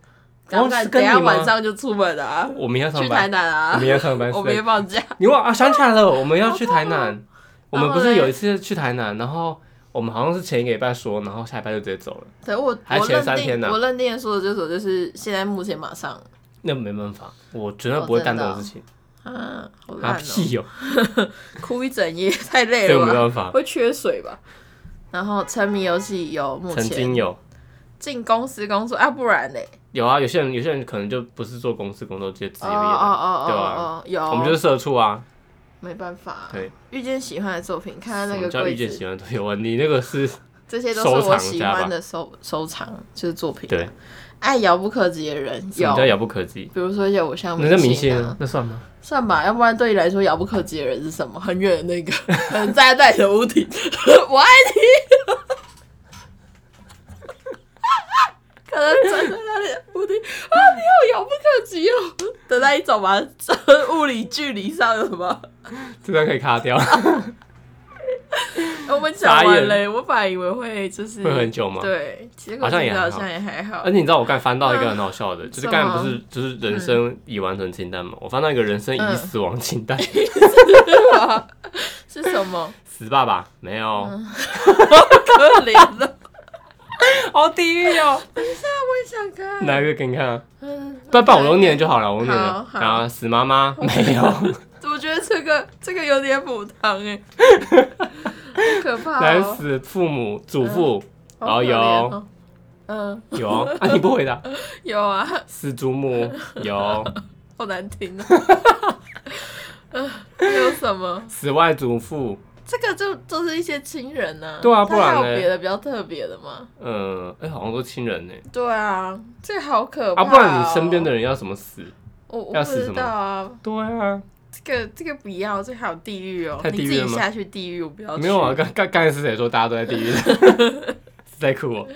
赶
哦
快
是跟
等一
你
下
吗
晚上就出门啊，
我明天要
去
上
台
班，
南
我
啊
明，天要上班，
我没
是
放假，
你忘啊？想起来了，我们要去台南。我们不
然
是
后嘞
有一次去台南，然后我们好像是前一个礼拜说，然后下礼拜就直接走了，
对我
还
我
前
认
三天
定
呢
我认定的说的这首就是现在目前马上
那没办法，我绝对
哦
不会
真
干
的
这
哦
种事情，
啊，好
啊
烂哦，
屁哦，
哭一整夜 太累
这个
了
没
吧，
办法。
会缺水吧？然后沉迷游戏有目
曾
前
经有
进公司工作啊，不然嘞，
有啊，有些人有些人可能就不是做公司工作，直接自
哦
由
哦
业
哦
的，
哦
对
哦
吧，
有，
我们就是社畜啊。
没办法，
对，
遇见喜欢的作品，看
什
啊看那
么
个
叫
柜
遇见
子，
喜欢的队友啊？你那个是
这些都
收
是我
藏
喜
家吧
欢的收收藏，就是作品。
对，
爱遥不可及的人
什
有
么，叫遥不可及？
比如说一些偶像
那叫明
星
星
啊
啊，，那算吗？
算吧，要不然对你来说遥不可及的人是什么？很远的那个， 可能站在你的屋顶， 我爱你。可能站在那里的屋顶啊，你好遥不可及哦的那一种吧，这 物理距离上有什么？
这段可以卡掉，
我们讲
傻
完
眼
了，我本来以为会就是
会很久吗？
对，结果
好像也
其实好
还好
像也还好
而。且你知道我刚才翻到一个很好笑的，就是
嗯什么
刚才不是就是人生已完成清单嘛，我翻到一个人生
嗯
已死亡清单，
是什么？
死爸爸没有，
嗯可怜的，
好地狱哦！
我也想看。
哪一个给你看啊？
嗯，
不然不然我用念就好了，我用念
好
的。
好
然后死妈妈没有，
我觉得这个这个有点补汤哎，好可怕
来
哦，
死父母
嗯
祖父，然
好
后
可
有
怜哦。嗯，
有 啊，你不回答，
有啊，
死祖母有，
好难听哦。 嗯还有什么？
死外祖父，
这个就都是一些亲人呢、
对啊
它
不然
还有
嘞
别的比较特别的吗？
嗯，哎，好像都亲人呢。
对啊，这个好可怕、
啊，
哦
不然你身边的人要怎么死？
我我
要
不
死
知
什么
道啊，
对啊，
这个这个不要，这个好地狱哦！
太地狱
你
了
自己
吗
下去地狱，我不要去。
没有啊，刚刚刚才是谁说大家都在 地狱？是在哭哦。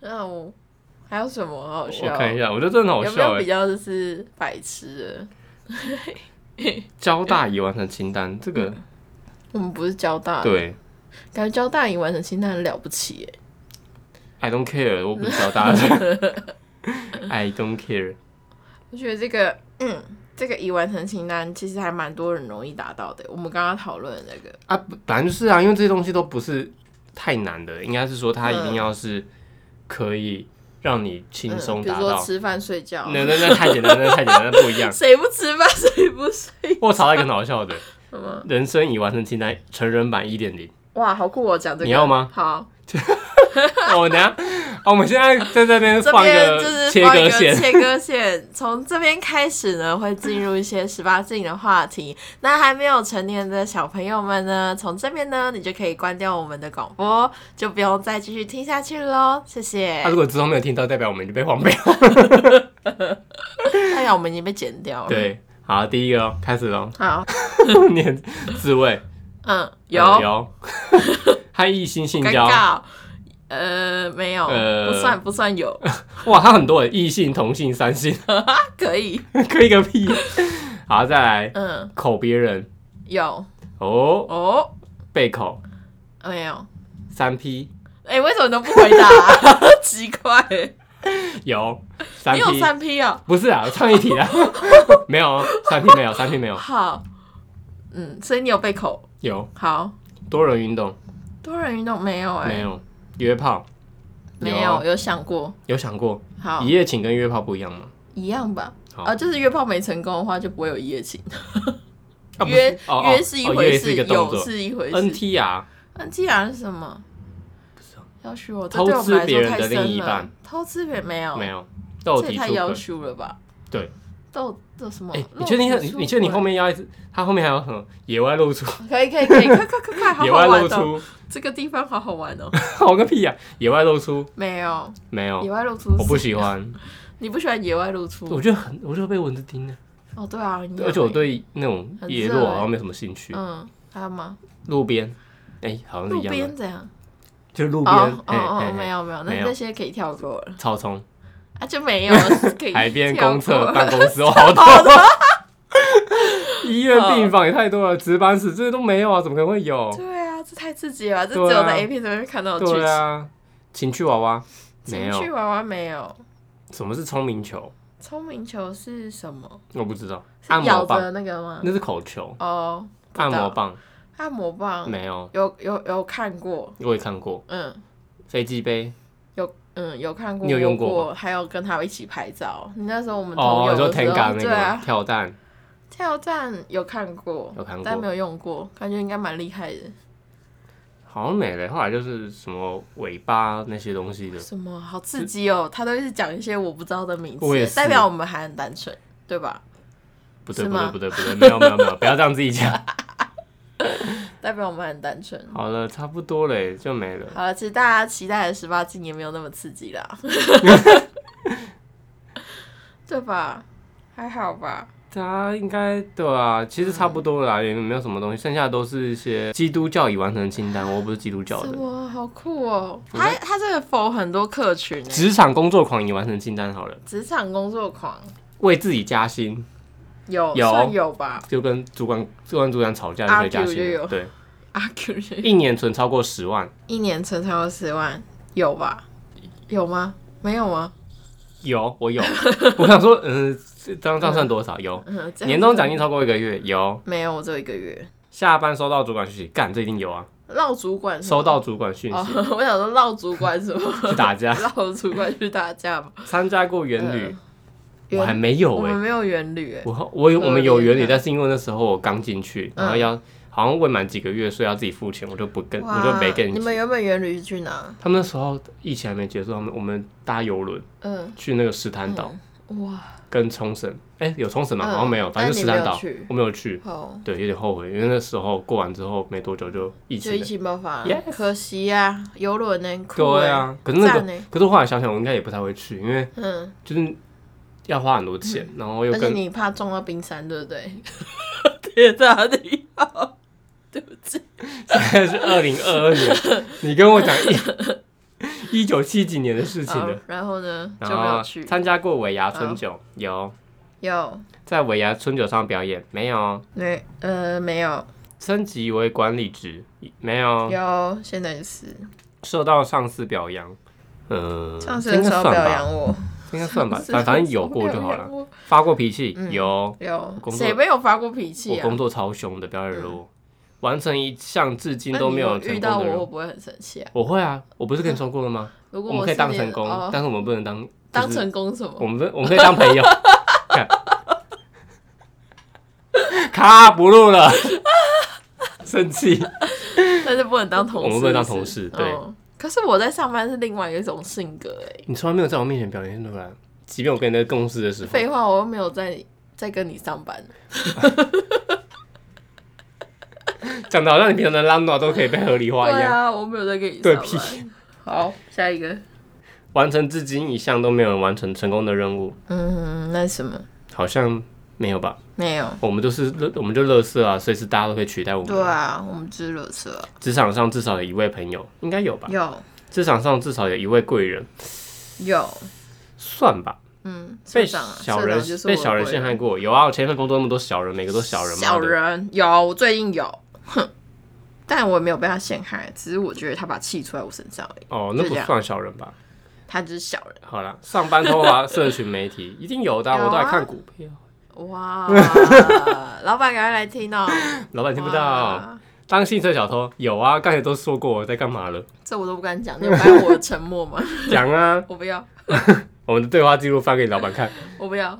那我还有什么好好笑？
我看一下，我觉得真的很好
有没有
笑
比
哎。
较就是白痴的？
交大已完成清
嗯
单，这个
我们不是交大，，
对
感觉交大赢完成清单很了不起欸耶。
，I don't care，我不是交大的 ，I don't care。
我觉得这个，嗯，这个已完成清单其实还蛮多人容易达到的。欸我们刚刚讨论的那个，
啊，本本来就是啊，因为这些东西都不是太难的，应该是说它一定要是可以让你轻松
嗯，比如
达
说
到。
吃饭睡觉，。
那那那太简单，那太简单，那不一样
谁不吃饭 谁不睡？
我查到一个很好笑的，
什么？
人生已完成清单成人版一点零。
哇，好酷哦！讲这个
你要吗？
好，
哦，等一下，哦，我们现在在这 边
这
放一
边就是
个切
放一
割
个
线，
切割线，从这边开始呢，会进入一些十八禁的话题。那还没有成年的小朋友们呢，从这边呢，你就可以关掉我们的广播，就不用再继续听下去喽。谢谢
他、。如果之后没有听到，代表我们就被黄标。
代哎表我们已经被剪掉了。，。
对，好，第一个哦，开始喽
好，
念自慰，
嗯，有
呃有， 和异性性
尴
交，
尬，呃，没有，
呃
不算不算有，
哇，他很多耶异性、同性、三性，
可以，
可以个屁。 好，再来
嗯，
口别人
有
哦，
哦，
被口
没有，
三 P
哎、为什么都不回答啊、 奇怪、
有三
你有
P
三 P 啊？
不是啊，我唱一题啊，没有哦三 P 没有，三 P 没有，
好，嗯，所以你有被口
有
好
多人运动
多人运动没有哎、
没有约炮，
没
有哦
有哦有想过
有想过
好
一夜情跟约炮不一样吗？
一样吧？
好
啊，就是约炮没成功的话就不会有一夜情，
啊不
约
哦哦
约是一
哦
回
约
事，
是一个动
有
作
是一回事。
，NTR
NTR 是什么？
知道
要许我这
偷
对我
吃
们来
别
说
人
太
的另
深
一
了
半。
偷吃别人没有，哦
没有斗
这
地
也太
主
要
客。
求了吧？
对，
斗斗什么？
哎，你
肉
确定
质
你
出
你确定你
轨
后面要一直，他后面还有什么野外露出，
可以可以可以，快快快快，好
野
好
外
玩
露
哦！
出，
这个地方好好玩哦。
好个屁呀！啊野外露出
没有
没
野
有，
外露出是，
我不喜欢，
你不喜欢野外露出？
我觉得很，我就会被蚊子叮的，
哦，对啊，你有
而且我
欸
对那种
很
野
热
落
欸
好像没什么兴趣。
嗯，还有吗？
路边，哎，好像是
路
一样的，
边怎样？
就是路边，
哦哦
哎哎
哦，没
哎，
有没有，那
没有
那些可以跳过了
草丛、
啊，就没有是可以
海边
跳
公厕、
过
办公 室，我好多。医院病房也太多了，值班室这些都没有啊，怎么可能会有？
对啊，这太刺激了吧，这只
对啊
有在 A 片才会看到的剧
对
情。
啊，情趣娃娃没
情趣
有。
娃娃没有，
什么是聪明球？
聪明球是什么？
我不知道。
是
按
咬
摩
着
棒
的那个吗？
那是口球，
哦，不
按
知道嗯
摩棒
按摩棒
没有，
有有有看过，
我也看过。
嗯。
飞机杯
有嗯有看过，
你有用过
过
吗
还有跟他一起拍照。你那时候我们
哦，
同
你
游
说
的时
t e
候，
n 那
对
个
啊，
跳蛋，
跳站有看过，
有看过
但没有用过，感觉应该蛮厉害的。
好像没了。后来就是什么尾巴那些东西的，
什么好刺激哦！他都一直讲一些我不知道的名
我也
词，
是
代表我们还很单纯，对吧？
不对
是
不对
吗
不对不对，没有没有没 有，不要这样自己讲。
代表我们还很单纯。
好了，差不多嘞，就没了。
好了，其实大家期待的十八禁也没有那么刺 激啦，对吧？还好吧，
大家应该对啊，其实差不多
嗯
了啦，也没有什么东西，剩下都是一些基督教已完成的清单。我又不是基督教
什
的，
么好酷哦！
我在
他他这个否很多客群欸
职场工作狂已完成清单好了，
职场工作狂，
为自己加薪，
有
有
算有吧？
就跟主管主管主管吵架就可以加
阿 Q 就
薪了，
有
对，
阿 Q 是
一年存超过十万，
一年存超过十万，有吧？有吗？没有吗？
有我有， 我想说，嗯，这张账算多少？有，
嗯，这样
年终
子
奖金超过一个月有，
没有，我只有一个月。
下班收到主管讯息，干这一定有啊，
绕主管是吗
收到主管讯
嗯哦
息，
我想说绕主管什么？
去打架，
绕主管去打架吧。
参加过元旅，
原
我还没有
我
哎
们，没有嗯元旅哎，
我我有我们有原理，
嗯
但是因为那时候我刚进去，然后
嗯
要好像未满几个月，所以要自己付钱，我就不跟，我就没跟
你
进
们。原本元旅是去哪？
他们那时候疫情还没结束，他们我们搭游轮
嗯，
去那个石滩岛
哇，
跟冲绳，哎，有冲绳吗？
嗯
好像没有，反正就石
但你
滩
没有
岛
去，
我没有去，
好，
对，有点后悔，因为那时候过完之后没多久就疫
就
情
疫
了。
情爆发了
Yes
可惜啊，游轮呢？酷欸
对，啊，可是那
赞
个
欸，
可是我后来想想，我应该也不太会去，因为
嗯，
就是要花很多钱，然后又
而且
跟
你怕撞到冰山，对不对？ 跌到地好，对不起。
现 在是二零二二年，你跟我讲一一九七几年的事情
好
了。
然后呢嗯就
然
没
后
有去，嗯
参加过尾牙春酒，有
有
在尾牙春酒上表演没有？
没呃没有
升级为管理职没有？
有，现在是
受到上司表扬，嗯，
上次
这应
的
该
时候
算
表
吧，
扬我，
这应该 算吧，
上次的
反反正有过就好
时候
了
表扬。我。
发过脾气
嗯
有，
有
工作
谁没有发过脾
我
气啊嗯
工？作超凶的，不要惹我。完成一项至今
那
都
你
没
有
成
遇
功
到
的
我，
人
会，不会很生气啊？
我会啊，我不是跟你说过了 吗？
如果
我们可以
是
当
你
成功，
哦
但是我们不能当
当
就是
成功什么？
我们我们可以当朋友。 看咔不录了， 生气。
但是不能当同事，
我们不能当
是是
同事对
嗯可是我在上班是另外一种性格哎，
你从来没有在我面前表现出来，即便我跟你在公司的时候，
废话，我又没有在在跟你上班，
讲的好像你平常的浪闹都可以被合理化一
对
样。
啊，我没有在跟你
对
上
屁
班。好，下一个，
完成至今一项都没有人完成成功的任务，
嗯，那什么
好像没有吧？
没有？
我们都是乐我们就乐色啊，随时大家都可以取代我
对
们。
啊，我们只惹事了。
职场上至少有一位朋友，应该有吧？
有
职场上至少有一位贵人，
有，
算吧。
嗯，
被
社长啊
小
社
人
长就是
被
我
小
的
人
贵
陷害过，有啊，我前一份工作那么多小人，每个都小人嘛。
小
妈的
人有，我最近有，哼，但我也没有被他陷害，只是我觉得他把气出在我身上而已，
哦，那
就
不
这样
算小人吧？
他就是小人。
好啦，上班偷滑社群媒体一定有的啊、
有啊
我都还看股票。
哇，老板赶快来听哦、
老 板听不到。哦
哇
当薪水小偷有啊，刚才都说过我在干嘛了。
这我都不敢讲，你有拍我的沉默吗？
讲啊，
我不要，
我们的对话记录发给老板看。
我不要，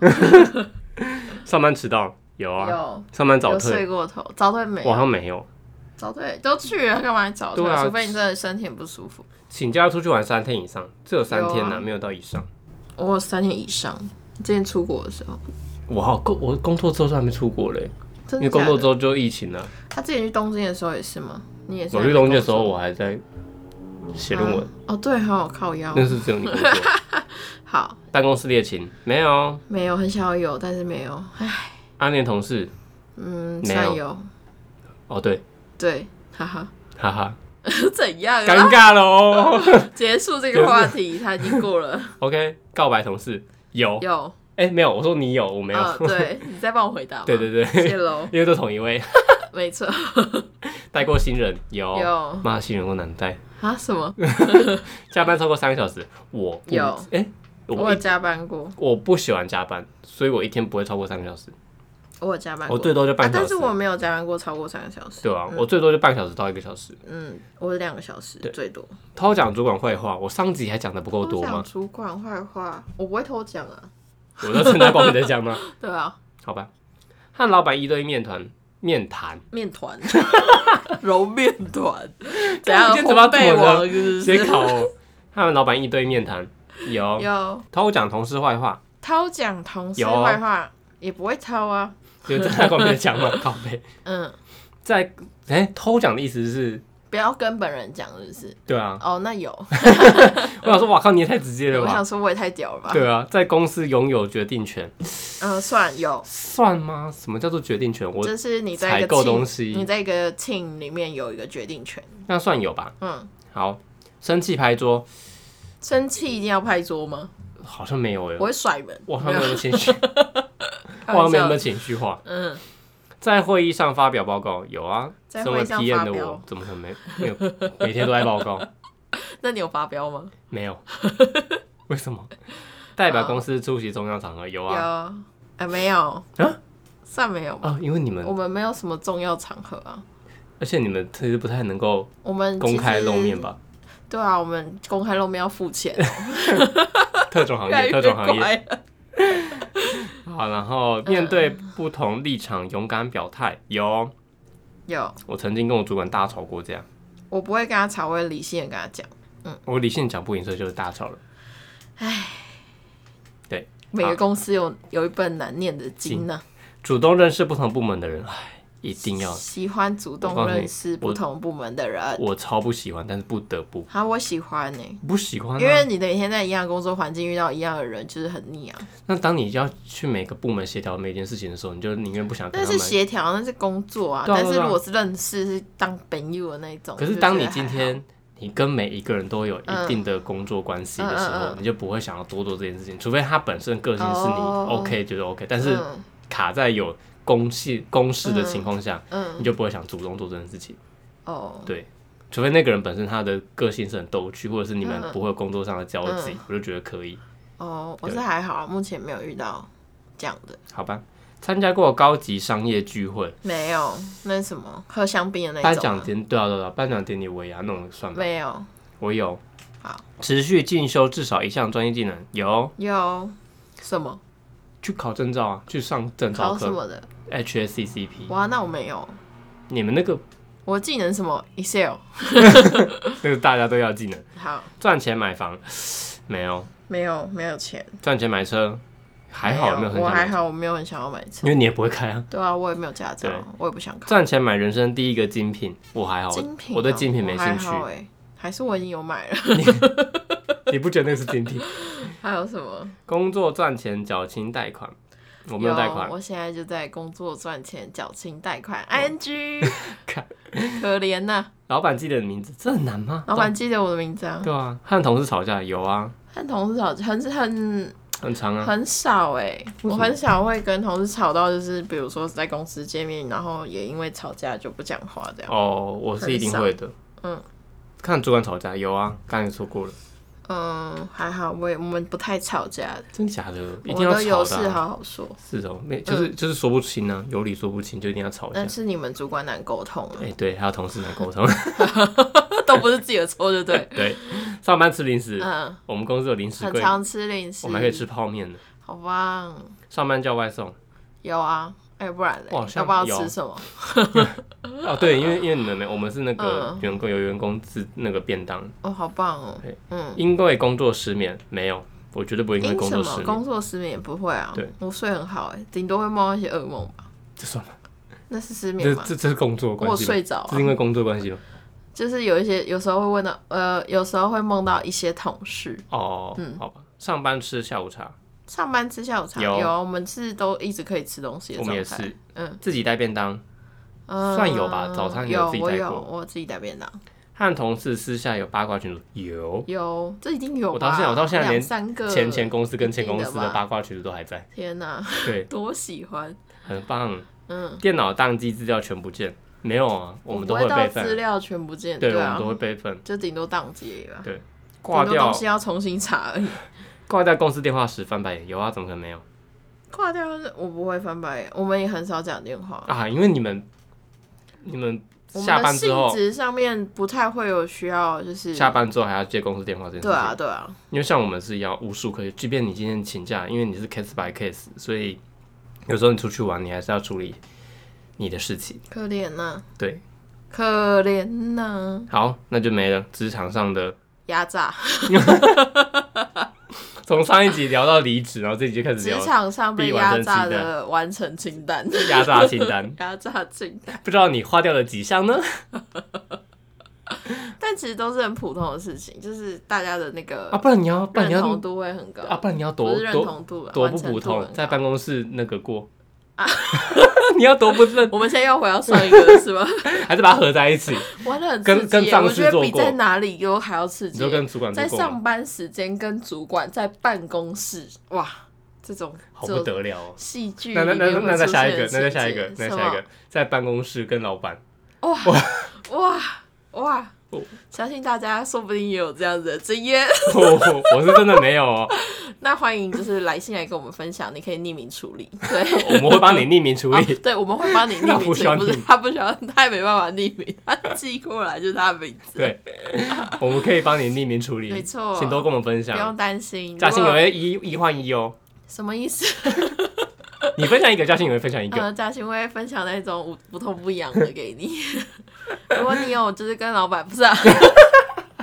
上班迟到有啊，
有
上班早
有睡
退
过头，早退没啊
我好
有，
像没有。
早退都去了，干嘛还早退？
对啊
除非你真的身体很不舒服。
请假出去玩三天以上，这有三天呢、
有啊
没有到以上。
我有三年以上，之前出国的时候，
我好工，我工作之后就还没出国嘞，
真
因
的
为
假
工
的
作之后就疫情了。
他之前去东京的时候也是吗？你也是？
我去东京的时候，我还在写论文，
啊哦，对哈、我靠腰。
那是只有你工作。
好，
办公室恋情没有，啊
没有很想要有，但是没有，唉，
暗恋同事
嗯，
没有
算有，
哦对，
对，哈哈，
哈哈，
怎样啊？
尴尬了哦。
结束这个话 题，他已经过了。
OK，告白同事有，
有，
哎、没有，我说你有，我没有。
嗯，对，你再帮我回答 吧。
对对 对，
谢喽，
因为都同一位，
没错，
带过新人有，
有
妈新人我难带，
啊什么？
加班超过三个小时，我不
有
哎、
我
我
有
一
加班过，
我不喜欢加班，所以我一天不会超过三个小时，
我有加班过，
我最多就哦半
啊，
小时。
但是我没有加班过超过三个小时。
对啊，我最多就半小时到一个小时。
嗯，我是两个小时最多。
偷讲主管坏话，我上集还讲的不够多
偷讲
吗？
主管坏话，我不会偷讲啊。
我都趁他光你在讲 吗？
对啊，
好吧，和老板一对一面谈，面谈，
面团，揉面团，怎
干
样？
你今天怎么要
烘焙
吐呢
王是不
写
是？
考哦。和老板一对一面谈，有
有
偷讲同事坏话，
偷讲同事
有啊
坏话，也不会偷啊。
就趁他光你在讲 嘛，靠背。
嗯，
在哎、偷讲的意思是，
不要跟本人讲，是不是？
对啊，
哦，那有。
我想说，哇靠，你也太直接了
我
吧
想？说，我也太屌了吧？
对啊，在公司拥有决定权，
嗯，算有，
算吗？什么叫做决定权？我
就是你在一
采
个
购东
team-
西
你在一个 team 里面有一个决定权。
那算有吧？
嗯，
好，生气拍桌
生气一定要拍桌吗？
好像没有哎，
我会甩门。
我好像没有情绪，我
开
好像
玩
没有那
笑
么
的，
情绪化。
嗯，
在会议上发表报告有啊，
在
身
会
为
议上
PM 的
发表
我怎么可能没没有？每天都在报告，
那你有发飙吗？
没 有？为什么？代
哦
表公司出席重要场合有
有
啊
啊，哎没有
啊，
算没有吧？
啊，因为你们
我，们没有什么重要场合啊，
而且你们其实不太能够
我们
公开露面
吧。
吧？
对啊，我们公开露面要付钱，
特种行
越来
业，
越
特种行业。
乖了。
好，然后面对不同立场勇敢表态，有
有，
我曾经跟我主管大吵过这样，
我不会跟他吵，我会理性的跟他讲。
我理性讲不赢，所以就是大吵了。
每个公司有有一本难念的经呢、
主动认识不同部门的人，唉，一定要，
喜欢主
我
动
告诉你
认识不同部门的人。
我超不喜欢，但是不得不，
啊，我喜欢呢、
不喜欢、啊，
因为你每天在一样的工作环境遇到一样的人，就是很腻啊。
那当你要去每个部门协调每件事情的时候，你就宁愿不想跟
那
他
是
们。
协调，那是工作啊。
对啊
但是
对啊
如果是认识，是当朋友的那一种。
可
就是觉
当
得
你
还
今
好嗯
天你跟每一个人都有一定的工作关系的时
嗯嗯
候，
嗯
你就不会想要多做这件事情，除非他本身个性是你
哦
OK 觉得 OK，但是
嗯
卡在有公事公事的情况下，
嗯
你就不会想主动做这件事情。
哦，
对，除非那个人本身他的个性是很逗趣，或者是你们
嗯
不会有工作上的交集，我就觉得可以，
哦，我
对
是还好，目前没有遇到这样的，
好吧？参加过高级商业聚会，
没有。那是什么喝香槟的那
颁
一种
奖
吗、
典对啊对啊，颁奖典礼我也要弄算吧，
没有，
我有。
好，
持续进修至少一项专业技能，有
有什么
去考证照啊，去上证照
考什
课
么的？
，HACCP。
哇，那我没有，
你们那个
我技能什么 Excel
那个大家都要技能，
好，
赚钱买房没有，
没有没有钱，
赚钱买车还好没有很
我
想
还
买，
好，我没有很想要买车
因。为你也不会开啊。
对啊，我也没有驾照
对，
我也不想考。
赚钱买人生第一个精品，我还好，
精品啊、
我对精品没
我还
兴趣。
好欸还是我已经有买了。
你不觉得那是精品？
还有什么？
工作赚钱缴清贷款，我没有贷款，嗯
我现在就在工作赚钱，缴清贷款。ing，可怜呐、
老板记得你名字，这很难吗？
老板记得我的名字啊。
对啊，和同事吵架有啊，
和同事吵很很
很长啊。
很少哎、
为什么
我很少会跟同事吵到，就是比如说在公司见面，然后也因为吵架就不讲话
哦
这样。
哦，我是一定会的。
嗯，
看主管吵架有啊，刚才说过了。
嗯，还好，我也我们不太吵架的，
真假的，一
我
定
们
要
都
吵
有事
的啊、
好好嗯说。
是哦，没就是就是说不清啊，有理说不清，就一定要吵一下
但。是你们主管难沟通啊，
哎、对，还有同事难沟通。
都不是自己的错，对不对？
对，上班吃零食，
嗯，
我们公司有零食
很
柜，
常吃零食，
我们还可以吃，泡面呢。
好棒，
上班叫外送。
有啊，哎，不然嘞
我好，像
要不要
有啊
吃什么？
哦，对，因为因为你们没，我们是那个
嗯
员工有员工自那个便当，
哦，好棒哦
对，
嗯，
因为工作失眠没有，我绝对哎不会因为
因
工
什
作失
么
眠，
工作失眠也不会啊
对，
我睡很好哎，顶多会梦到一些噩梦吧，
这算吗？
那是失
这
眠吗？
这这是工作
我
关
有
系吗？
睡着啊
这是，因为工作关系吗？
就是有一些有时候会问到，呃，有时候会梦到一些同事。
哦，
嗯
好吧，上班吃下午茶，
上班吃下午茶
有
有啊，我们是都一直可以吃东西的
我
状态。
们也是
嗯，
自己带便当，
嗯，
算有吧早餐也有
有
自己
我
带
有
过
我自己带便当，
和同事私下有八卦群组，有
有这一定有吧。
我到现在我到现在连
两三个
前前公司跟前公
一
司
定的
的
吧
八卦群组都还在，
天哪、
对，
多喜欢。
很棒。
嗯，
电脑宕机，资料全不见，没有啊，我们都
不
会有
会
备
到资
份，
料全不见，
对，我
啊
们都，会备份，
就顶多宕机而已吧。
对，挂
顶多
掉
东西要重新查而已。
挂掉公司电话时翻白眼，有啊，怎么可能没有
挂掉我不会翻白眼，我们也很少讲电话。
啊？因为你们你们
哦我
下
们的
班之
性
后，
质上面不太会有需要，就是
下班之后还要接公司电话这件事
对啊，
情，
对啊，
因为像我们是要无数可以，即便你今天请假，因为你是 case by case，所以有时候你出去玩，你还是要处理你的事情。
可怜啊呐、
对，
可怜呐、
好，那就没了。职场上的，
压榨。
从上一集聊到离职，然后这集就开始
职
聊
场上被
必完
压
成清
榨
单
的完成清单，
压榨清 单，
压榨清单，
不知道你花掉了几项呢？
但其实都是很普通的事情，就是大家的那个
啊，不然你要，不然
认
你要
同度会很高，
啊，不然你要
不
多
是认
多
同度啊，
多
完
不
成
普
度很
通，
高
在办公室那个过啊， 你要多不认，
我们现在又回到上一个了是 吗？
还是把它合在一起？
玩的很
跟
刺激
跟
耶，
上
我
司
觉得
做
比
过
在哪里都还要刺
你
激
就
耶。
跟主管
在
做过吗，
上班时间跟主管在办公室，哇，这种
好
这
不
种
得了哦。
戏剧
那那
里
那
面
那
会
那再
出
下一
现
个
的，
那再
情
下一
节
个，那再
什
下一
么
个，在办公室跟老板，
哇哇
哦！
相信大家说不定也有这样子的经验，
我我是真的没有哦，
那欢迎就是来信来跟我们分享，你可以匿名处理，对。
我们会帮你匿名处
啊
理。
对，我们会帮你
那
匿 名
不需
处理，
要
不是
匿名
他不需要， 他也没办法匿名，他寄过来就是他的名字，
对，我们可以帮你匿名处理，
没错
请多跟我们分
不
享
用。担心。
嘉
如
欣也
果
会一一换一哦，
什么意思？
你分享一个，嘉欣也会分享一个。
呃，嘉欣会分享那种无不痛不痒的给你。 如果你有，就是跟老板不是、啊。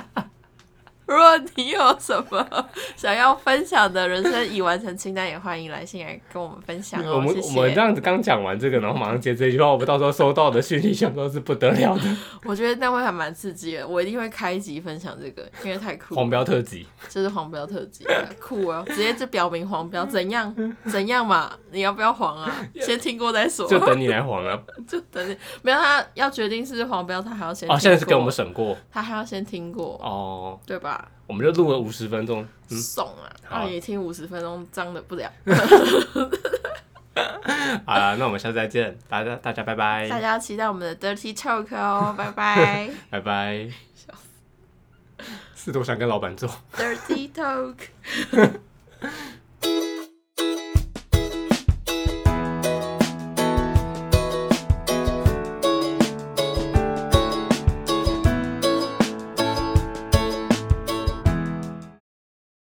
如果你有什么想要分享的人生已完成清单，也欢迎来信来跟我们分享哦。
嗯我们
谢
我们这
谢。
样子刚讲完这个，然后马上接这句话，我们到时候收到的讯息全都是不得了的
我觉得那会还蛮刺激的，我一定会开一集分享这个，因为太酷了。
黄标特辑。
就是黄标特辑，酷哦！直接就表明黄标怎样怎样嘛？你要不要黄啊？先听过再说，
就等你来黄啊！
就等你。没有他要决定是不是黄标，他还要先
哦，
听
现在是给
过
我们审过
他还要先听过，
哦，
对吧？
我们就录了五十分钟。 嗯，
送啊！
好
那你听五十分钟，脏的不了。
好了，那我们下次再见，大家大家拜
大
拜，
家期待我们的 Dirty Talk 哦，拜 拜
拜拜
笑。
是多想跟老板做。
，Dirty Talk。